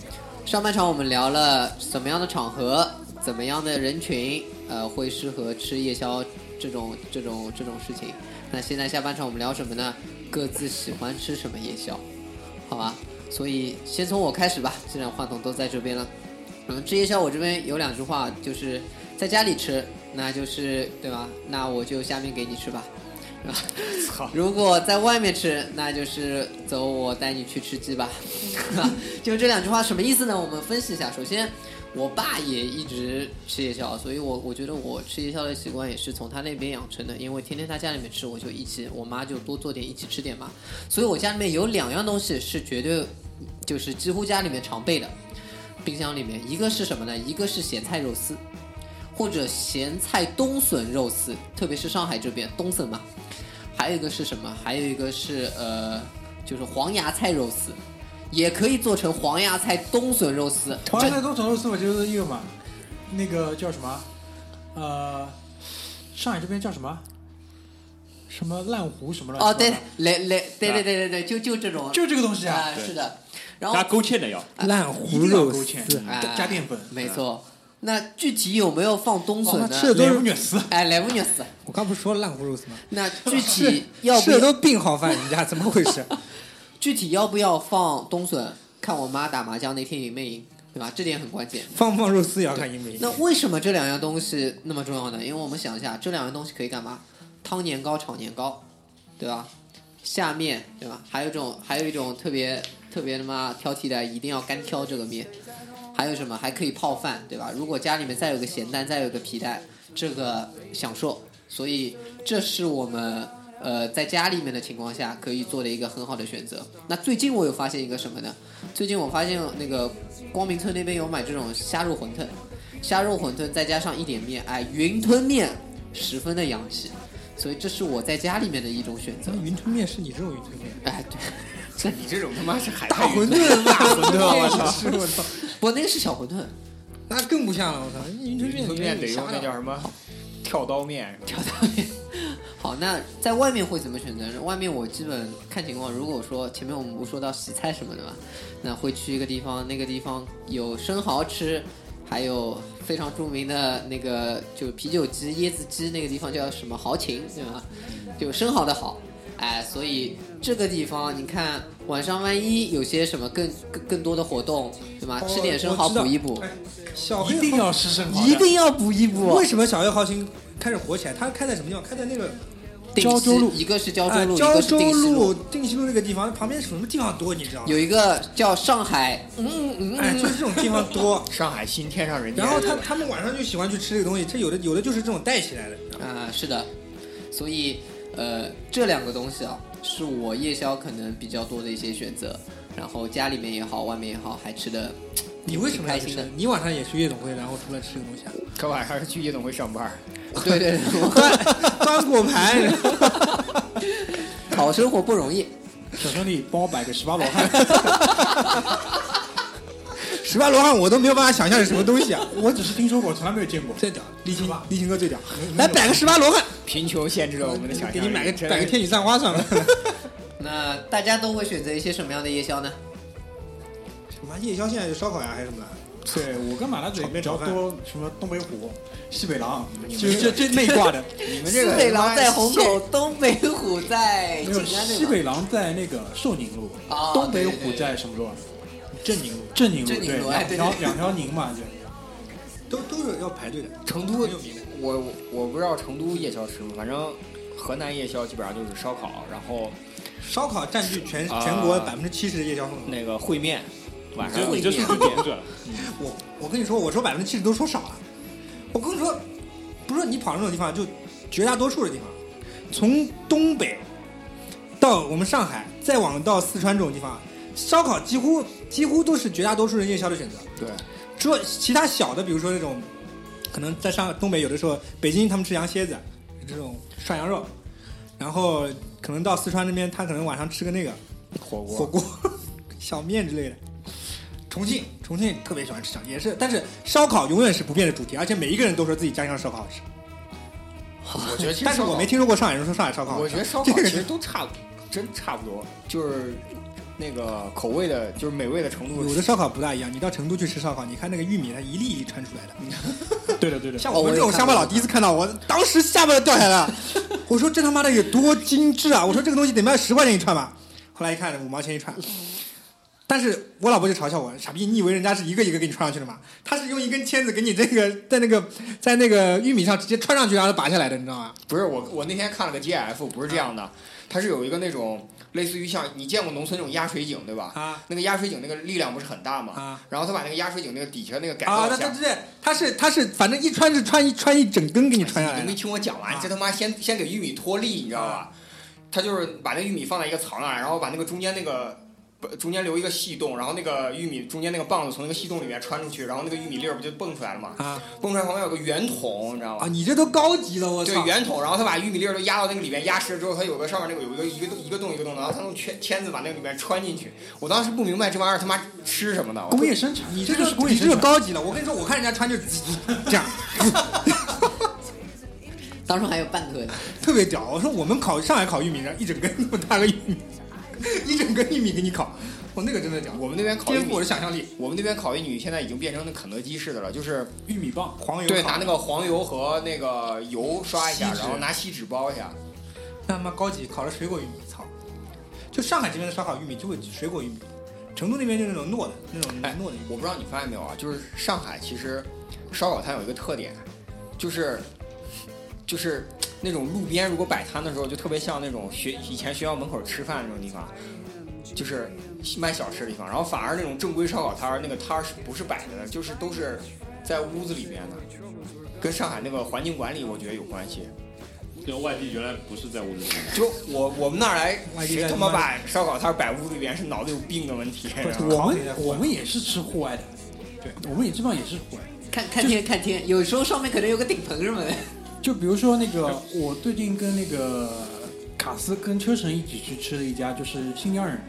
上半场我们聊了怎么样的场合，怎么样的人群，呃，会适合吃夜宵这种这种这种事情。那现在下半场我们聊什么呢？各自喜欢吃什么夜宵，好吧？所以先从我开始吧，既然话筒都在这边了。嗯，吃夜宵我这边有两句话，就是在家里吃，那就是对吧？那我就下面给你吃吧。 如果在外面吃，那就是走，我带你去吃鸡吧。 就这两句话什么意思呢？我们分析一下。首先，我爸也一直吃夜宵，所以我我觉得我吃夜宵的习惯也是从他那边养成的，因为天天他家里面吃，我就一起，我妈就多做点，一起吃点嘛。所以我家里面有两样东西是绝对，就是几乎家里面常备的，冰箱里面一个是什么呢？一个是咸菜肉丝。或者咸菜冬笋肉丝，特别是上海这边冬笋嘛，还有一个是什么？还有一个是呃，就是黄芽菜肉丝，也可以做成黄芽菜冬笋肉丝。
黄芽菜东城肉丝，我觉得是一个嘛，那个叫什么？呃，上海这边叫什么？什么烂糊什么了？
哦，对，来来，对对对对对，就就这种，
就这个东西
啊
啊，，
是的。然后
加勾芡的要，
烂
一定
糊
要
哎肉
勾
丝
芡，，
哎
加加淀粉，
没错。那具体有没有放冬
哦
笋
那
呢？
吃的都
莲雾
是
虐丝。
哎，来不及死。
我刚不是说烂糊肉丝吗？
那具
是
体要不
吃的
要
都病号饭，你家怎 么回事？
具体要不要放冬笋？看我妈打麻将那天赢没赢。对吧？这点很关键。
放不放肉丝也要看饮品。
那为什么这两样东西那么重要呢？因为我们想一下，这两样东西可以干嘛？汤年糕、炒年糕，对吧？下面对吧？还有一种，还有一种特别特别他妈挑剔的，一定要干挑这个面。还有什么？还可以泡饭，对吧？如果家里面再有个咸蛋，再有个皮蛋，这个享受。所以这是我们呃在家里面的情况下可以做的一个很好的选择。那最近我有发现一个什么呢？最近我发现那个光明村那边有买这种虾肉馄饨，虾肉馄饨再加上一点面，哎，云吞面十分的洋气。所以这是我在家里面的一种选择
那。云吞面是你这种云吞面，
哎，对，
像你这种他妈是海
大
带
馄
云
饨， 大馄
饨
我
我
操
操，
我操，
不，那个是小馄饨。
那更不像了，我操，云吞面
吞面得
啥
用那叫什么跳刀面，
跳到面。好，那在外面会怎么选择？外面我基本看情况。如果说前面我们不说到洗菜什么的嘛，那会去一个地方，那个地方有生蚝吃，还有非常著名的那个就啤酒鸡、椰子鸡，那个地方叫什么蚝琴，对吧？就生蚝的蚝。哎，所以这个地方你看，晚上万一有些什么更更更多的活动，对吧？
哦
吃点生蚝
我知道哎
补一补，
小黑
一定要吃生蚝的，
一定要补一补
为。什么小黑豪情开始火起来？它开在什么地方？开在那个
定
胶州
西
路
一个是胶州
呃
路，一
胶
个是
州
定西
路、定西路那个地方，旁边什么地方多？你知道吗？
有一个叫上海，嗯嗯
哎，就是这种地方多。
上海新天上人间。
然后他他们晚上就喜欢去吃这个东西，这有的有的就是这种带起来的，
嗯，啊、是的，所以呃，这两个东西啊，是我夜宵可能比较多的一些选择，然后家里面也好，外面也好，还吃的
你为什么要去
挺开心
吃
的？
你晚上也去夜总会，然后出来吃个东西啊？
可晚上去夜总会上班，
对对对，我
端果盘，
讨生活不容易，
小兄弟帮我摆个十八罗
哎
汉，
十八罗汉我都没有办法想象是什么东西啊！
我只是听说过，从来没有见过。
真屌，哎
李青，李青哥最屌，
来摆个十八罗汉，
贫穷限制了我们的想象
给
力。
你买个
真
摆
的
个天女散花算了。
那大家都会选择一些什么样的夜宵呢？
什么夜宵现在就烧烤呀，还是什么的？
对我跟马大嘴比较多，什么东北虎、西北狼，就是这
这这那一挂的，
你们
西
这个
北狼在虹口，东北虎在
没
静
有
安
西
对吧？
北狼在那个寿宁路
啊，
东北
对对
虎
对
在什么路啊？镇宁路，镇宁路
镇宁
对，
路哎
两
对
条
对
两条宁嘛，就
都都是要排队的。
成都，我我我不知道成都夜宵吃什么，反正河南夜宵基本上就是烧烤，然后
烧烤占据全
啊
全国百分之七十的夜宵份额。
那个烩面，晚上
这你这数字点 准，
我我跟你说，我说百分之七十都说少了。我跟你说，不是你跑那种地方，就绝大多数的地方，从东北到我们上海，再往到四川这种地方，烧烤几乎几乎都是绝大多数人夜宵的选择。
对，
除了其他小的，比如说那种，可能在上东北有的时候，北京他们吃羊蝎子，这种涮羊肉，然后可能到四川那边，他可能晚上吃个那个
火锅
火锅、 小面之类的。重庆，重庆特别喜欢吃小，也是，但是烧烤永远是不变的主题，而且每一个人都说自己家乡烧烤好吃。
我觉得其实
但是
烧
我
烤
没听说过上海人说上海烧烤好
我
吃。
觉得烧烤其实都差，真差不多，就是那个口味的，就是美味的程度。
有的烧烤不大一样，你到成都去吃烧烤，你看那个玉米，它一粒一粒穿出来的。
对的对的。
像我们这种乡巴佬第一次看到，我当时下巴都掉下来了。我说这他妈的有多精致啊！我说这个东西得卖十块钱一串吧。后来一看五毛钱一串，但是我老婆就嘲笑我，傻逼，你以为人家是一个一个给你穿上去的吗？他是用一根签子给你这个在那个在那个玉米上直接穿上去，然后拔下来的，你知道吗？
不是我，我那天看了个 GIF，不是这样的，它是有一个那种类似于像你见过农村那种压水井对吧？
啊
那个压水井那个力量不是很大嘛？
啊
然后他把那个压水井那个底下那个改
啊，那
造一下。
对对对，他是他是反正一穿是穿一穿一整根给你穿下
你
来
都没
的。
听我讲完，
哎啊
这他妈先先给玉米脱粒，你知道吧？他就是把那玉米放在一个槽那儿，然后把那个中间那个不中间留一个细洞，然后那个玉米中间那个棒子从那个细洞里面穿出去，然后那个玉米粒儿不就蹦出来了嘛？
啊
蹦出来旁边有个圆筒，你知道
啊，
吗？
你这都高级啊了，我
嗯对
操！
圆筒，然后他把玉米粒儿都压到那个里面，压实了之后，它有个上面那个有一个一个洞一个洞一个洞，然后他用签签子把那个里面穿进去。我当时不明白这玩意儿他妈吃什么的，我
工业生产，
你
你
这
这就
个
是工业
你这
生
个
产。
高级了，我跟你说，我看人家穿就 这样。
当中还有半个呢。
特别屌。我说我们烤上海烤玉米，然后一整根那么大个玉米， 一整根玉米给你烤，我那个真的屌，
我们那边烤玉
颠覆我
米
的，想象力。
我们那边烤玉米现在已经变成那肯德基似的了，就是
玉米棒，
黄油
对
烤
拿那个黄油和那个油刷一下，
锡纸
然后拿锡纸包一下。
那他妈高级，烤了水果玉米，操！就上海这边的烧烤玉米就会水果玉米，
成都那边就是那种糯的那种
哎
糯的。
我不知道你发现没有啊，就是上海其实烧烤摊有一个特点，就是就是那种路边如果摆摊的时候，就特别像那种学以前学校门口吃饭那种地方，就是卖小吃的地方。然后反而那种正规烧烤摊儿，那个摊儿是不是摆着的，就是都是在屋子里面的，跟上海那个环境管理我觉得有关系。
就外地原来不是在屋子里面的，
就我我们那儿来，
外地
谁
人
他妈
他妈
把哎烧烤摊儿摆屋里边是脑子有病的问 题？
我
啊
们我们也是吃户外的，对，我们也基本上也是户外。
看看天看天，有时候上面可能有个顶棚什么的。
就比如说那个，我最近跟那个卡斯跟车神一起去吃了一家，就是新疆人，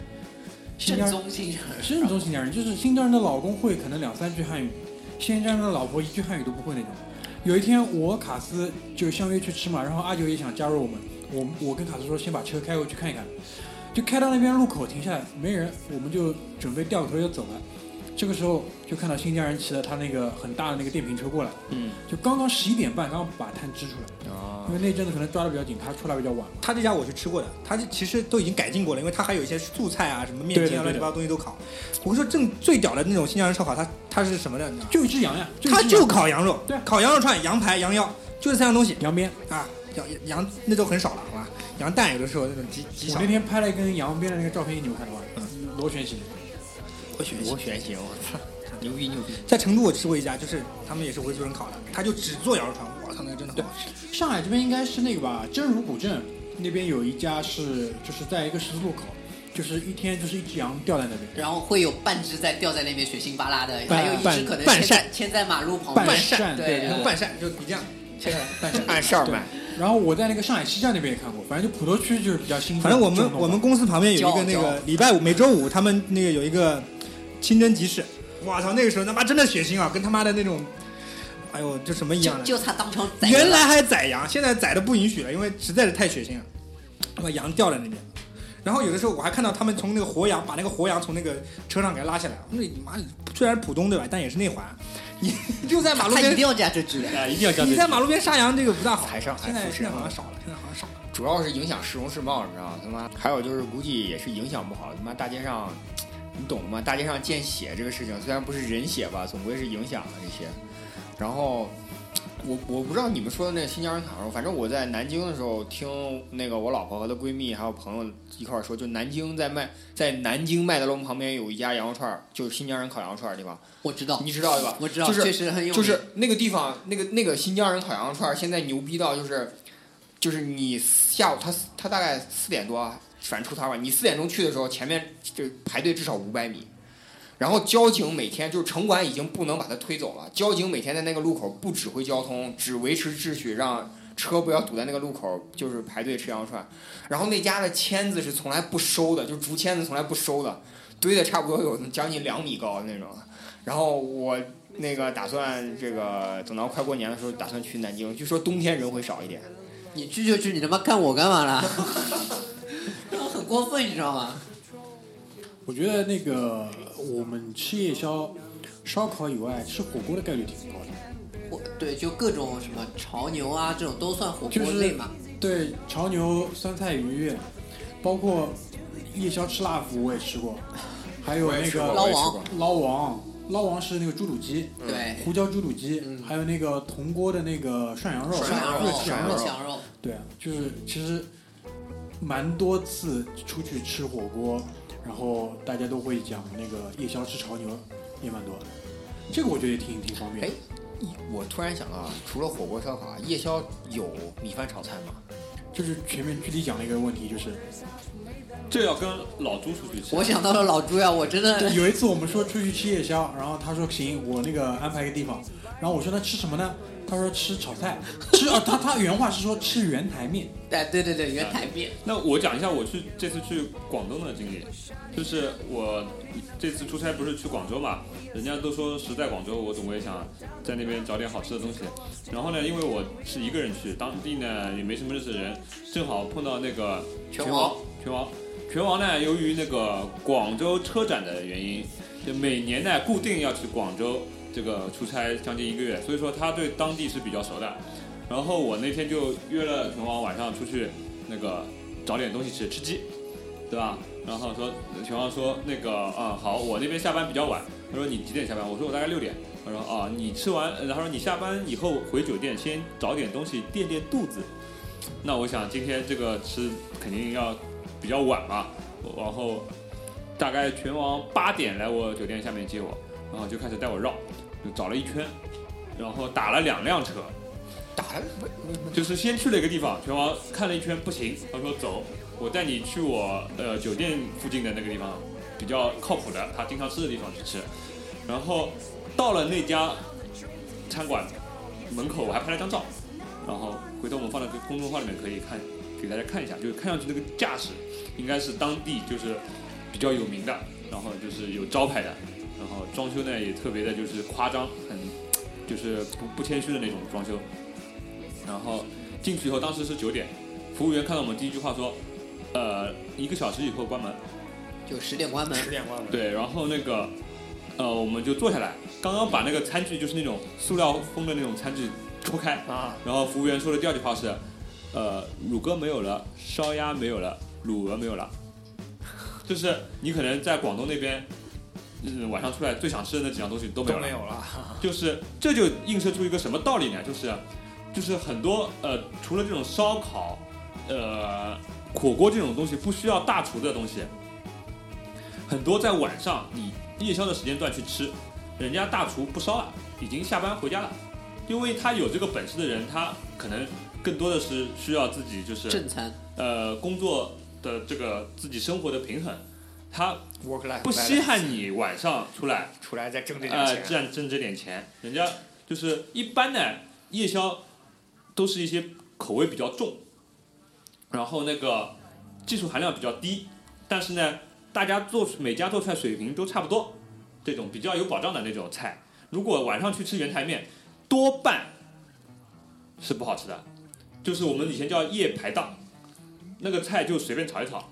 新疆
正宗新疆人
是那种新疆人，就是新疆人的老公会可能两三句汉语，新疆人的老婆一句汉语都不会那种。有一天我卡斯就相约去吃嘛，然后阿九也想加入我们，我我跟卡斯说先把车开过去看一看，就开到那边路口停下来没人，我们就准备掉个头就走了。这个时候就看到新疆人骑着他那个很大的那个电瓶车过来，
嗯，
就刚刚十一点半刚刚把摊支出来。因为那阵子可能抓的比较紧，他出来比较晚。
他这家我去吃过的，他这其实都已经改进过了，因为他还有一些素菜啊、什么面
对的
筋啊、
对的
乱七八糟东西都烤。我跟你说正最屌的那种新疆人烧烤，它它是什么的？你知道吗？
就一只羊呀，
它
一只
就
羊
烤羊肉，
对
烤羊肉串、羊排、羊腰，就这三样东西
羊鞭。
啊。羊羊那都很少了，好吧？羊蛋有的时候那种极极
我
少嗯
那。天拍了一根羊鞭的那个照片，你们看到吗？螺旋形。
我选
我选型，我操，牛逼牛逼！
在成都我吃过一家，就是他们也是回族人烤的，他就只做羊肉串，我操，那个真的很好吃。
上海这边应该是那个吧，真如古镇那边有一家是，就是在一个十字路口，就是一天就是一只羊吊在那边，
然后会有半只在吊在那边血腥巴拉的，
半
还有一只可能
半
牵
扇
在牵在马路旁边。
半扇
对
对对
半扇就你这样切下来，半扇。
按扇儿卖。
然后我在那个上海西站那边也看过，反正就普陀区就是比较新。
反正我们我们公司旁边有一个那
骄傲骄傲
个礼拜五每周五他们那个有一个清真集市，我操，那个时候他妈真的血腥啊，跟他妈的那种，哎呦，这什么一样
就
的。
就他当场宰了
原来还宰羊，现在宰的不允许了，因为实在是太血腥了，把羊吊在那边。然后有的时候我还看到他们从那个活羊把那个活羊从那个车上给它拉下来，我说你妈虽然是浦东对吧，但也是内环，你 就在马路
他一定
边，
要加这句的。
啊，一定要加这
你在
个。
马路边杀羊这个不大好。
海上海
现在
富士
现在好
啊
像少了，现在好像少了。
主要是影响市容市貌，你知道吗？他妈，还有就是估计也是影响不好，他妈大街上，你懂的吗？大街上见血这个事情，虽然不是人血吧，总归是影响了这些。然后，我我不知道你们说的那个新疆人烤肉，反正我在南京的时候听那个我老婆和她闺蜜还有朋友一块儿说，就南京在麦在南京麦德龙旁边有一家羊肉串儿，就是新疆人烤羊肉串儿的地方，
我知道，
你知道对吧？
我知道，
就是
确实很有名。
就是那个地方，那个那个新疆人烤羊肉串，现在牛逼到就是，就是你下午他他大概四点多，反正出摊吧，你四点钟去的时候，前面就排队至少五百米。然后交警每天就是城管已经不能把他推走了，交警每天在那个路口不指挥交通，只维持秩序，让车不要堵在那个路口，就是排队吃羊肉串。然后那家的签子是从来不收的，就竹签子从来不收的，堆的差不多有将近两米高的那种。然后我那个打算这个等到快过年的时候，打算去南京。据说冬天人会少一点。
你去就去，你他妈看我干嘛啦？ 让我很过分，你知道吗？
我觉得那个我们吃夜宵、烧烤以外，吃火锅的概率挺高的。
我对，就各种什么潮牛啊，这种都算火
就
锅
是
类嘛。
对，潮牛、酸菜鱼，包括夜宵吃辣腐我也吃过，还有那个
捞王，
捞王，捞王是那个猪肚鸡，
对嗯
胡椒猪肚鸡，还有那个铜锅的那个涮羊肉，
涮羊肉、
涮羊肉，
羊肉，
对啊，就是其实蛮多次出去吃火锅，然后大家都会讲那个夜宵吃潮牛也蛮多的，这个我觉得也挺挺方便
哎。，我突然想到，啊，除了火锅烧烤，啊，夜宵有米饭炒菜吗？
就是前面具体讲了一个问题，就是
这要跟老朱出去吃。
我想到了老朱呀，我真的
有一次我们说出去吃夜宵，然后他说行，我那个安排一个地方，然后我说那吃什么呢？他说吃炒菜，吃啊，他他原话是说吃圆台面，
哎，对对对，原台面，
那我讲一下我去这次去广东的经历，就是我这次出差不是去广州嘛，人家都说时在广州，我总归想在那边找点好吃的东西。然后呢，因为我是一个人去，当地呢也没什么认识的人，正好碰到那个
拳
王，拳王，拳王呢，由于那个广州车展的原因，就每年呢固定要去广州这个出差将近一个月，所以说他对当地是比较熟的。然后我那天就约了拳王晚上出去那个找点东西吃，吃鸡，对吧？然后说小王说那个啊好，我那边下班比较晚，他说你几点下班？我说我大概六点。他说啊你吃完，然后说你下班以后回酒店先找点东西垫垫肚子。那我想今天这个吃肯定要比较晚嘛，然后大概拳王八点来我酒店下面接我，然后就开始带我绕，就找了一圈，然后打了两辆车，
打了为为什么
就是先去了一个地方，拳王看了一圈不行，他说走，我带你去我呃酒店附近的那个地方，比较靠谱的，他经常吃的地方去吃。然后到了那家餐馆门口，我还拍了张照，然后回头我们放在公众号里面可以看，给大家看一下，就是看上去那个架势应该是当地就是比较有名的，然后就是有招牌的，然后装修呢也特别的就是夸张，很就是不不谦虚的那种装修。然后进去以后，当时是九点，服务员看到我们第一句话说，呃，一个小时以后关门。
就十点关门，
十点关门，
对，然后那个呃，我们就坐下来，刚刚把那个餐具就是那种塑料封的那种餐具戳开，
啊，
然后服务员说的第二句话是，呃，乳鸽没有了，烧鸭没有了，卤鹅没有了， 就是你可能在广东那边，嗯，晚上出来最想吃的那几样东西都没
都
有了
没，有了，
就是这就映射出一个什么道理呢？就是就是很多呃，除了这种烧烤、呃火锅这种东西不需要大厨的东西，很多在晚上你夜宵的时间段去吃，人家大厨不烧了，已经下班回家了，因为他有这个本事的人，他可能更多的是需要自己就是
正餐。
呃工作的这个自己生活的平衡，他
work life
不稀罕你晚上出来。
出来再呃挣这点
啊，
钱，
挣挣这点钱，人家就是一般的夜宵都是一些口味比较重，然后那个技术含量比较低，但是呢，大家做每家做出来水平都差不多，这种比较有保障的那种菜，如果晚上去吃原台面，多半是不好吃的，就是我们以前叫夜排档，那个菜就随便炒一炒，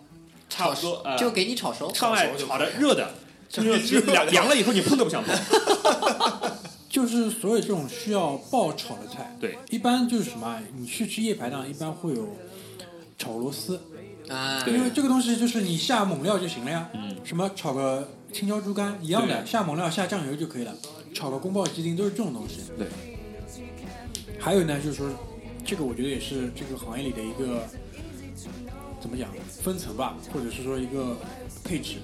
差不多呃
就给你炒熟。
上来炒的热的，就是
热的
凉凉了以后你碰都不想碰。
就是所有这种需要爆炒的菜，
对，
一般就是什么啊，你去吃夜排档，一般会有炒螺丝，
啊，
因为这个东西就是你下猛料就行了呀，
嗯
什么炒个青椒猪肝一样的，
对
下猛料下酱油就可以了，炒个宫保鸡丁都是这种东西。
对，
还有呢，就是说，这个我觉得也是这个行业里的一个怎么讲分层吧，或者是说一个配置，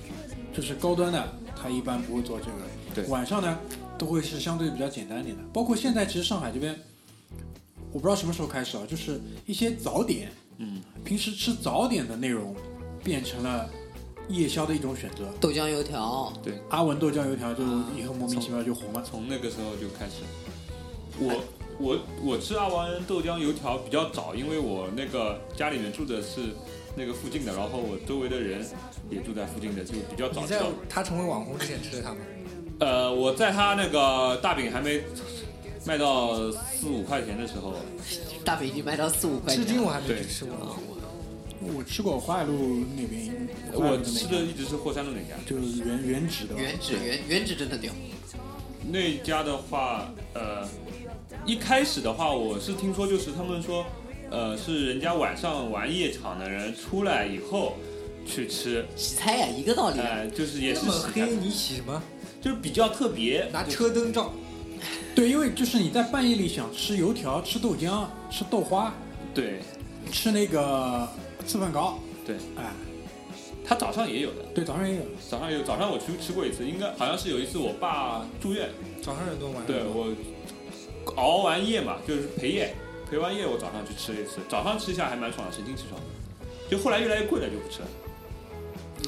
就是高端的它一般不会做这个，
对
晚上呢都会是相对比较简单一点的，包括现在其实上海这边，我不知道什么时候开始啊，就是一些早点，
嗯，
平时吃早点的内容变成了夜宵的一种选择。
豆浆油条，
阿文豆浆油条就以后莫名其妙就红了，
从那个时候就开始，我我我吃阿王豆浆油条比较早，因为我那个家里面住的是那个附近的，然后我周围的人也住在附近的，就比较早
你
知
在
道。
他成为网红之前吃的他吗？
呃，我在他那个大饼还没卖到四五块钱的时候，
大饼已经卖到四五块
至今
钱。
我还没
对
去吃过。
我吃过淮海路那边，淮海
我
路那
吃
边
的一直是霍山路那家。
就是原原址的吧，
原址原原址真的屌，
那家的话，呃，一开始的话，我是听说就是他们说，呃，是人家晚上玩夜场的人出来以后去吃，
洗菜呀，一个道理。
哎
呃，就是也
这
是
么
喜
黑
欢，
你洗什么？
就是比较特别。
拿车灯照。
对，因为就是你在半夜里想吃油条、吃豆浆、吃豆花、
对，
吃那个吃饭糕，
对，
哎，
他早上也有的，
对，早上也有，
早上有，早上我去吃过一次，应该好像是有一次我爸住院，
早上人多，晚上
对
人多
我熬完夜嘛，就是陪夜，陪完夜我早上去吃了一次，早上吃一下还蛮爽的，神清气爽。就后来越来越贵了，就不吃了。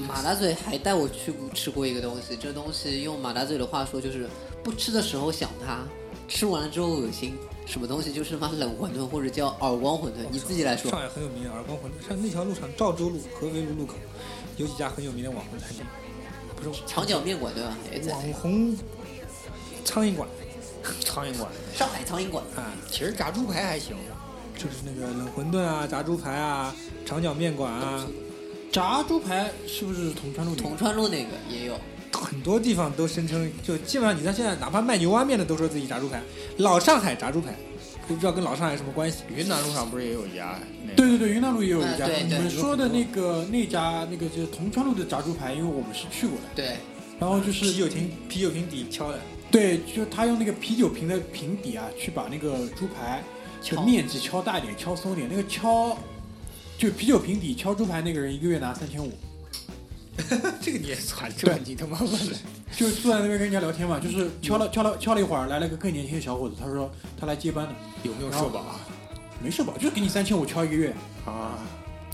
马大嘴还带我去吃过一个东西，这东西用马大嘴的话说就是，不吃的时候想它，吃完了之后恶心。什么东西就是妈冷馄饨或者叫耳光馄饨，你自己来说
上。海很有名的耳光馄饨，上那条路上赵州路、合肥路路口有几家很有名的网红餐厅，不是
长角面馆对吧？也在
网红苍蝇馆
苍蝇馆
上海苍蝇馆。
啊，
其实炸猪排还行，
就是那个冷馄饨啊、炸猪排啊、长角面馆啊，
炸猪排是不是铜川路那边
铜川路那个也有，
很多地方都声称，就基本上你像现在哪怕卖牛蛙面的都说自己炸猪排，老上海炸猪排，不知道跟老上海什么关系。
云南路上不是也有一家？那个
对对对，云南路也有一家。
嗯对对
你们说的那个那家那个就是铜川路的炸猪排，因为我们是去过的。
对，
然后就是
啤酒瓶啤酒瓶底敲的，
对，就是他用那个啤酒瓶的瓶底啊，去把那个猪排的面积敲大一点，敲松一点。那个敲，就啤酒瓶底敲猪排那个人，一个月拿三千五，
这个你也算，这个你他妈问的。
就坐在那边跟人家聊天嘛，就是敲了敲了敲了一会儿，来了个更年轻的小伙子，他说他来接班的，
有没有社保啊？
没社保，就是给你三千五敲一个月，
啊，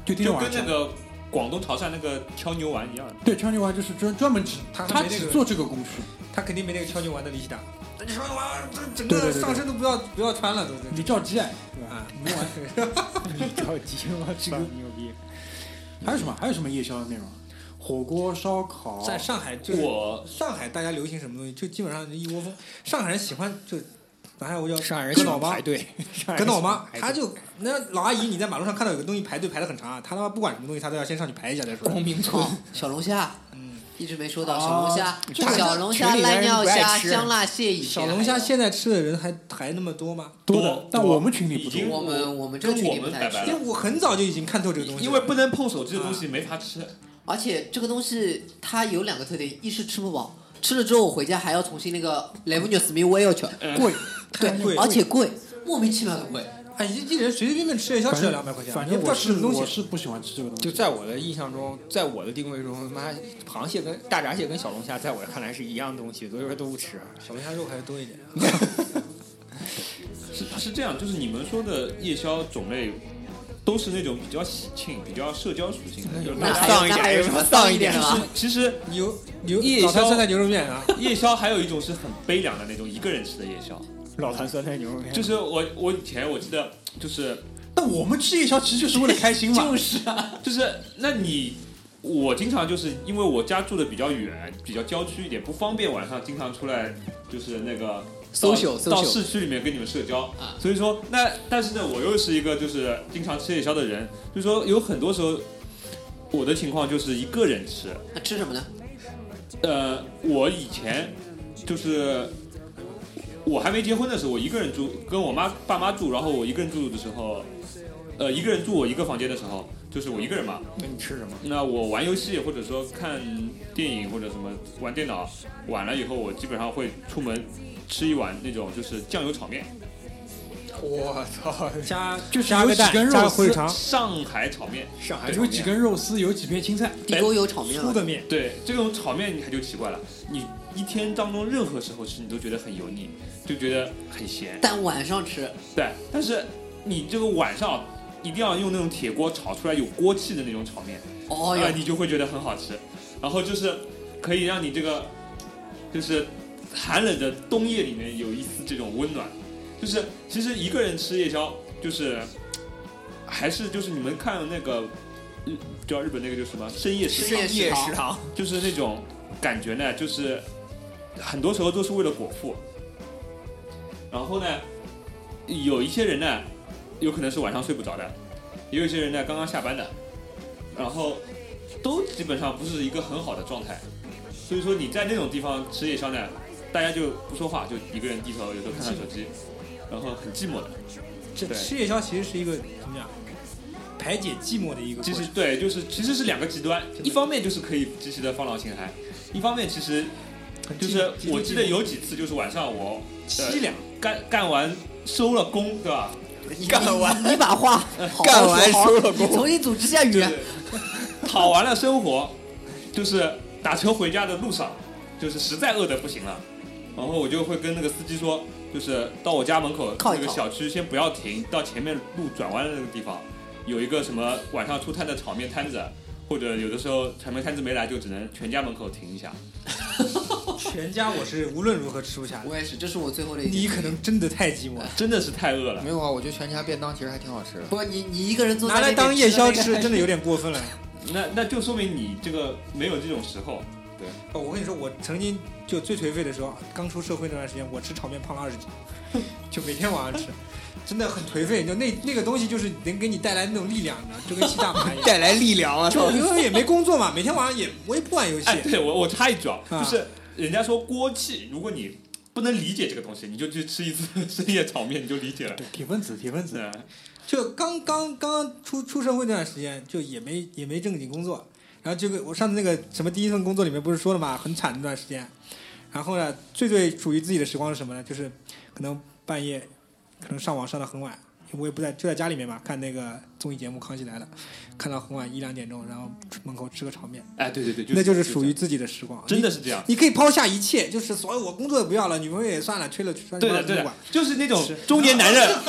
就天天
就
晚
跟
上
那
敲。
个广东潮汕那个敲牛丸一样，
对，敲牛丸就是专专门只
他还
他
没那
只
个
做这个工序，
他肯定没那个敲牛丸的力气大。
那你说我这整
对对
个
对
上
上
身
身都不要不要穿了，都
你叫鸡哎，对吧？
啊，
牛丸。
你着急吗？这个牛逼！
还有什么？还有什么夜宵的内容？啊火锅、烧烤。
在上海就是
我
上海大家流行什么东西，就基本上一窝蜂。上海人喜欢就，哪有我叫
上海人
跟
喜
老
欢
妈
排 队，上海人
跟到我
喜欢
妈，
排队
她就那老阿姨，你在马路上看到有个东西排队排的很长啊，她他妈不管什么东西，她都要先上去排一下再说。
光明村
哦， 小龙虾，
嗯，
一直没说到小龙虾，
这个
小龙虾、
群里人
赖尿
不
虾、
爱吃
香辣蟹以前
小
还有，
龙虾现在吃的人还还那么多吗？
多
多的
的，但我们群里不
已经
多。
我们我们这
跟
个群
我
里不
们
太
拜拜
吃
因为，我很早就已经看透这个东西了，
因为不能碰手机的东西没法吃。
而且这个东西它有两个特点，一是吃不饱，吃了之后我回家还要重新那个 level 牛 smith 我也要去，
贵，
对
太贵，，
而且贵，莫名其妙的贵。
哎一一人随随便便吃夜宵
反
吃
正
了两百块钱，啊
反
也
正
不知道
我
吃什
是
么东
我
西。
是不喜欢吃这个东西。
就在我的印象中，在我的定位中，妈，螃蟹跟大闸蟹跟小龙虾，在我看来是一样东西，所以说都不吃。啊
小龙虾肉还是多一点，啊
是是这样，就是你们说的夜宵种类，都是那种比较喜庆、比较社交属性的，就是
那
大
还有
家。
那还有什么丧一点啊的吗？
其实
牛牛
夜
早餐
宵
酸菜牛肉面 啊，
夜宵还有一种是很悲凉的那种一个人吃的夜宵，
老坛酸菜牛肉面，
就是我我以前我记得就是
但我们吃夜宵其实就是为了开 心嘛。
就是啊，
就是那你，我经常就是因为我家住的比较远，比较郊区一点，不方便晚上经常出来，就是那个到
Social，social
到市区里面跟你们社交。
啊
所以说，那但是呢，我又是一个就是经常吃夜宵的人，所以说有很多时候。我的情况就是一个人吃，
那吃什么呢？
呃，我以前就是我还没结婚的时候，我一个人住，跟我妈爸妈住，然后我一个人住的时候，呃，一个人住我一个房间的时候，就是我一个人嘛，
那你吃什么？
那我玩游戏或者说看电影或者什么玩电脑，晚了以后我基本上会出门吃一碗那种就是酱油炒面，
我操！
加
就是
加
有
个
几
蛋
根
加
肉
个
丝
回，
啊
肠，
上海炒面。
上海
有几根肉丝，有几片青菜。
地沟油炒面吗？
粗哎的面，
对，这种炒面你还就奇怪了，你一天当中任何时候吃你都觉得很油腻，就觉得很咸。
但晚上吃，
对，但是你这个晚上一定要用那种铁锅炒出来有锅气的那种炒面，
哦
啊、
哟，
你就会觉得很好吃。然后就是可以让你这个就是寒冷的冬夜里面有一丝这种温暖。就是其实一个人吃夜宵，就是还是就是你们看那个日叫日本那个叫什么深夜食堂，
深夜食
堂，就是那种感觉呢，就是很多时候都是为了果腹。然后呢，有一些人呢，有可能是晚上睡不着的，也有一些人呢刚刚下班的，然后都基本上不是一个很好的状态。所以说你在那种地方吃夜宵呢，大家就不说话，就一个人低头，有时候看看手机，然后很寂寞的。
这
对
吃夜宵其实是一个怎么讲，排解寂寞的一个
其
过
实
程。
对，就是其实是两个极端，一方面就是可以及时的放浪形骸，一方面其实就是
极度
我记得
寂寞
有几次就是晚上我呃
凄凉，
干干完收了工，对吧？
你干完
你把 话好好
干完
说好好
收了工
你重新组织下语
就
言
是。讨完了生活，就是打车回家的路上，就是实在饿的不行了，然后我就会跟那个司机说，就是到我家门口
靠一
那个
靠
小区先不要停，到前面路转弯的那个地方有一个什么晚上出摊的炒面摊子，或者有的时候炒面摊子没来，就只能全家门口停一下。
全家我是无论如何吃不下的。
我也是，这是我最后的一
你
句。
可能真的太寂寞了，
真的是太饿了
没，有啊？我觉得全家便当其实还挺好吃的。
不，你你一个人坐在
拿来当夜宵吃，真
的
的 有点过分了。
嗯
那那就说明你这个没有这种时候。
哦我跟你说，我曾经就最颓废的时候，刚出社会那段时间，我吃炒面胖了二十斤，就每天晚上吃，真的很颓废。就那那个东西就是能给你带来那种力量，你知道，就跟吸大麻 一样。
带来力量啊！
就因为也没工作嘛，每天晚上也我也不玩游戏，
哎，对我我插一句啊，
啊
就是人家说锅气，如果你不不能理解这个东西，你就去吃一次深夜炒面，你就理解了。
对，铁分子，铁分 子。
是
就刚刚刚刚出出社会那段时间，就也没也没正经工作，然后就跟我上次那个什么第一份工作里面不是说了嘛，很惨那段时间。然后呢，最最属于自己的时光是什么呢？就是可能半夜，可能上网上到很晚，我也不在就在家里面嘛，看那个综艺节目《康熙来了》，看到很晚一两点钟，然后门口吃个炒面，
哎，对对对，
那就是
是
属于自己的时光。
真
你
的是这样。
你可以抛下一切，就是所有我工作也不要了，女朋友也算了，吹了吹了，
对的，对
不
的
管，
就是那种中年男 人，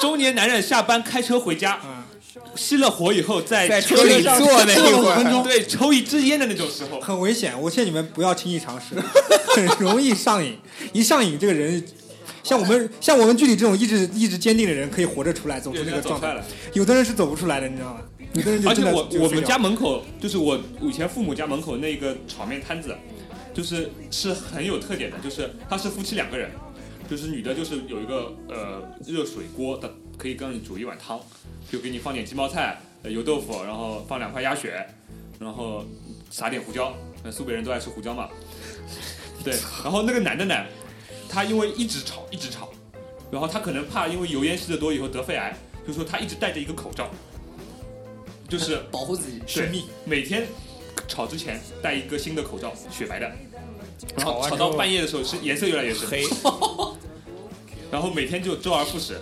中年男人下班开车回家，
嗯，
熄了火以后，在
在
车
车
里
上
坐那
坐了五
会儿
分钟
对，抽一支烟的那种时候，
很危险，我劝你们不要轻易尝试， 很容易上瘾。一上瘾，这个人像我们像我们剧里这种意志意志坚定的人，可以活着出来，走出
人
这
家
个
走
状
出来
态。
了。
有的人是走不出来的，你知道吗？有的人就
而
真
且
的
我
就
我
睡
们
着
家门口，就是我以前父母家门口那个炒面摊子，就是是很有特点的，就是它是夫妻两个人，就是女的，就是有一个呃热水锅的，可以让你煮一碗汤，就给你放点鸡毛菜、呃油豆腐，然后放两块鸭血，然后撒点胡椒，那苏北人都爱吃胡椒嘛， 对，然后那个男的呢，他因为一直炒一直炒，然后他可能怕因为油烟吸的多以后得肺癌，就说他一直戴着一个口罩，就是。
保护自己。
神秘，每天炒之前戴一个新的口罩，雪白的，然
炒
后
完
炒
之后
到半夜的时候是颜色越来越深，
黑，
然后每天就周而复始，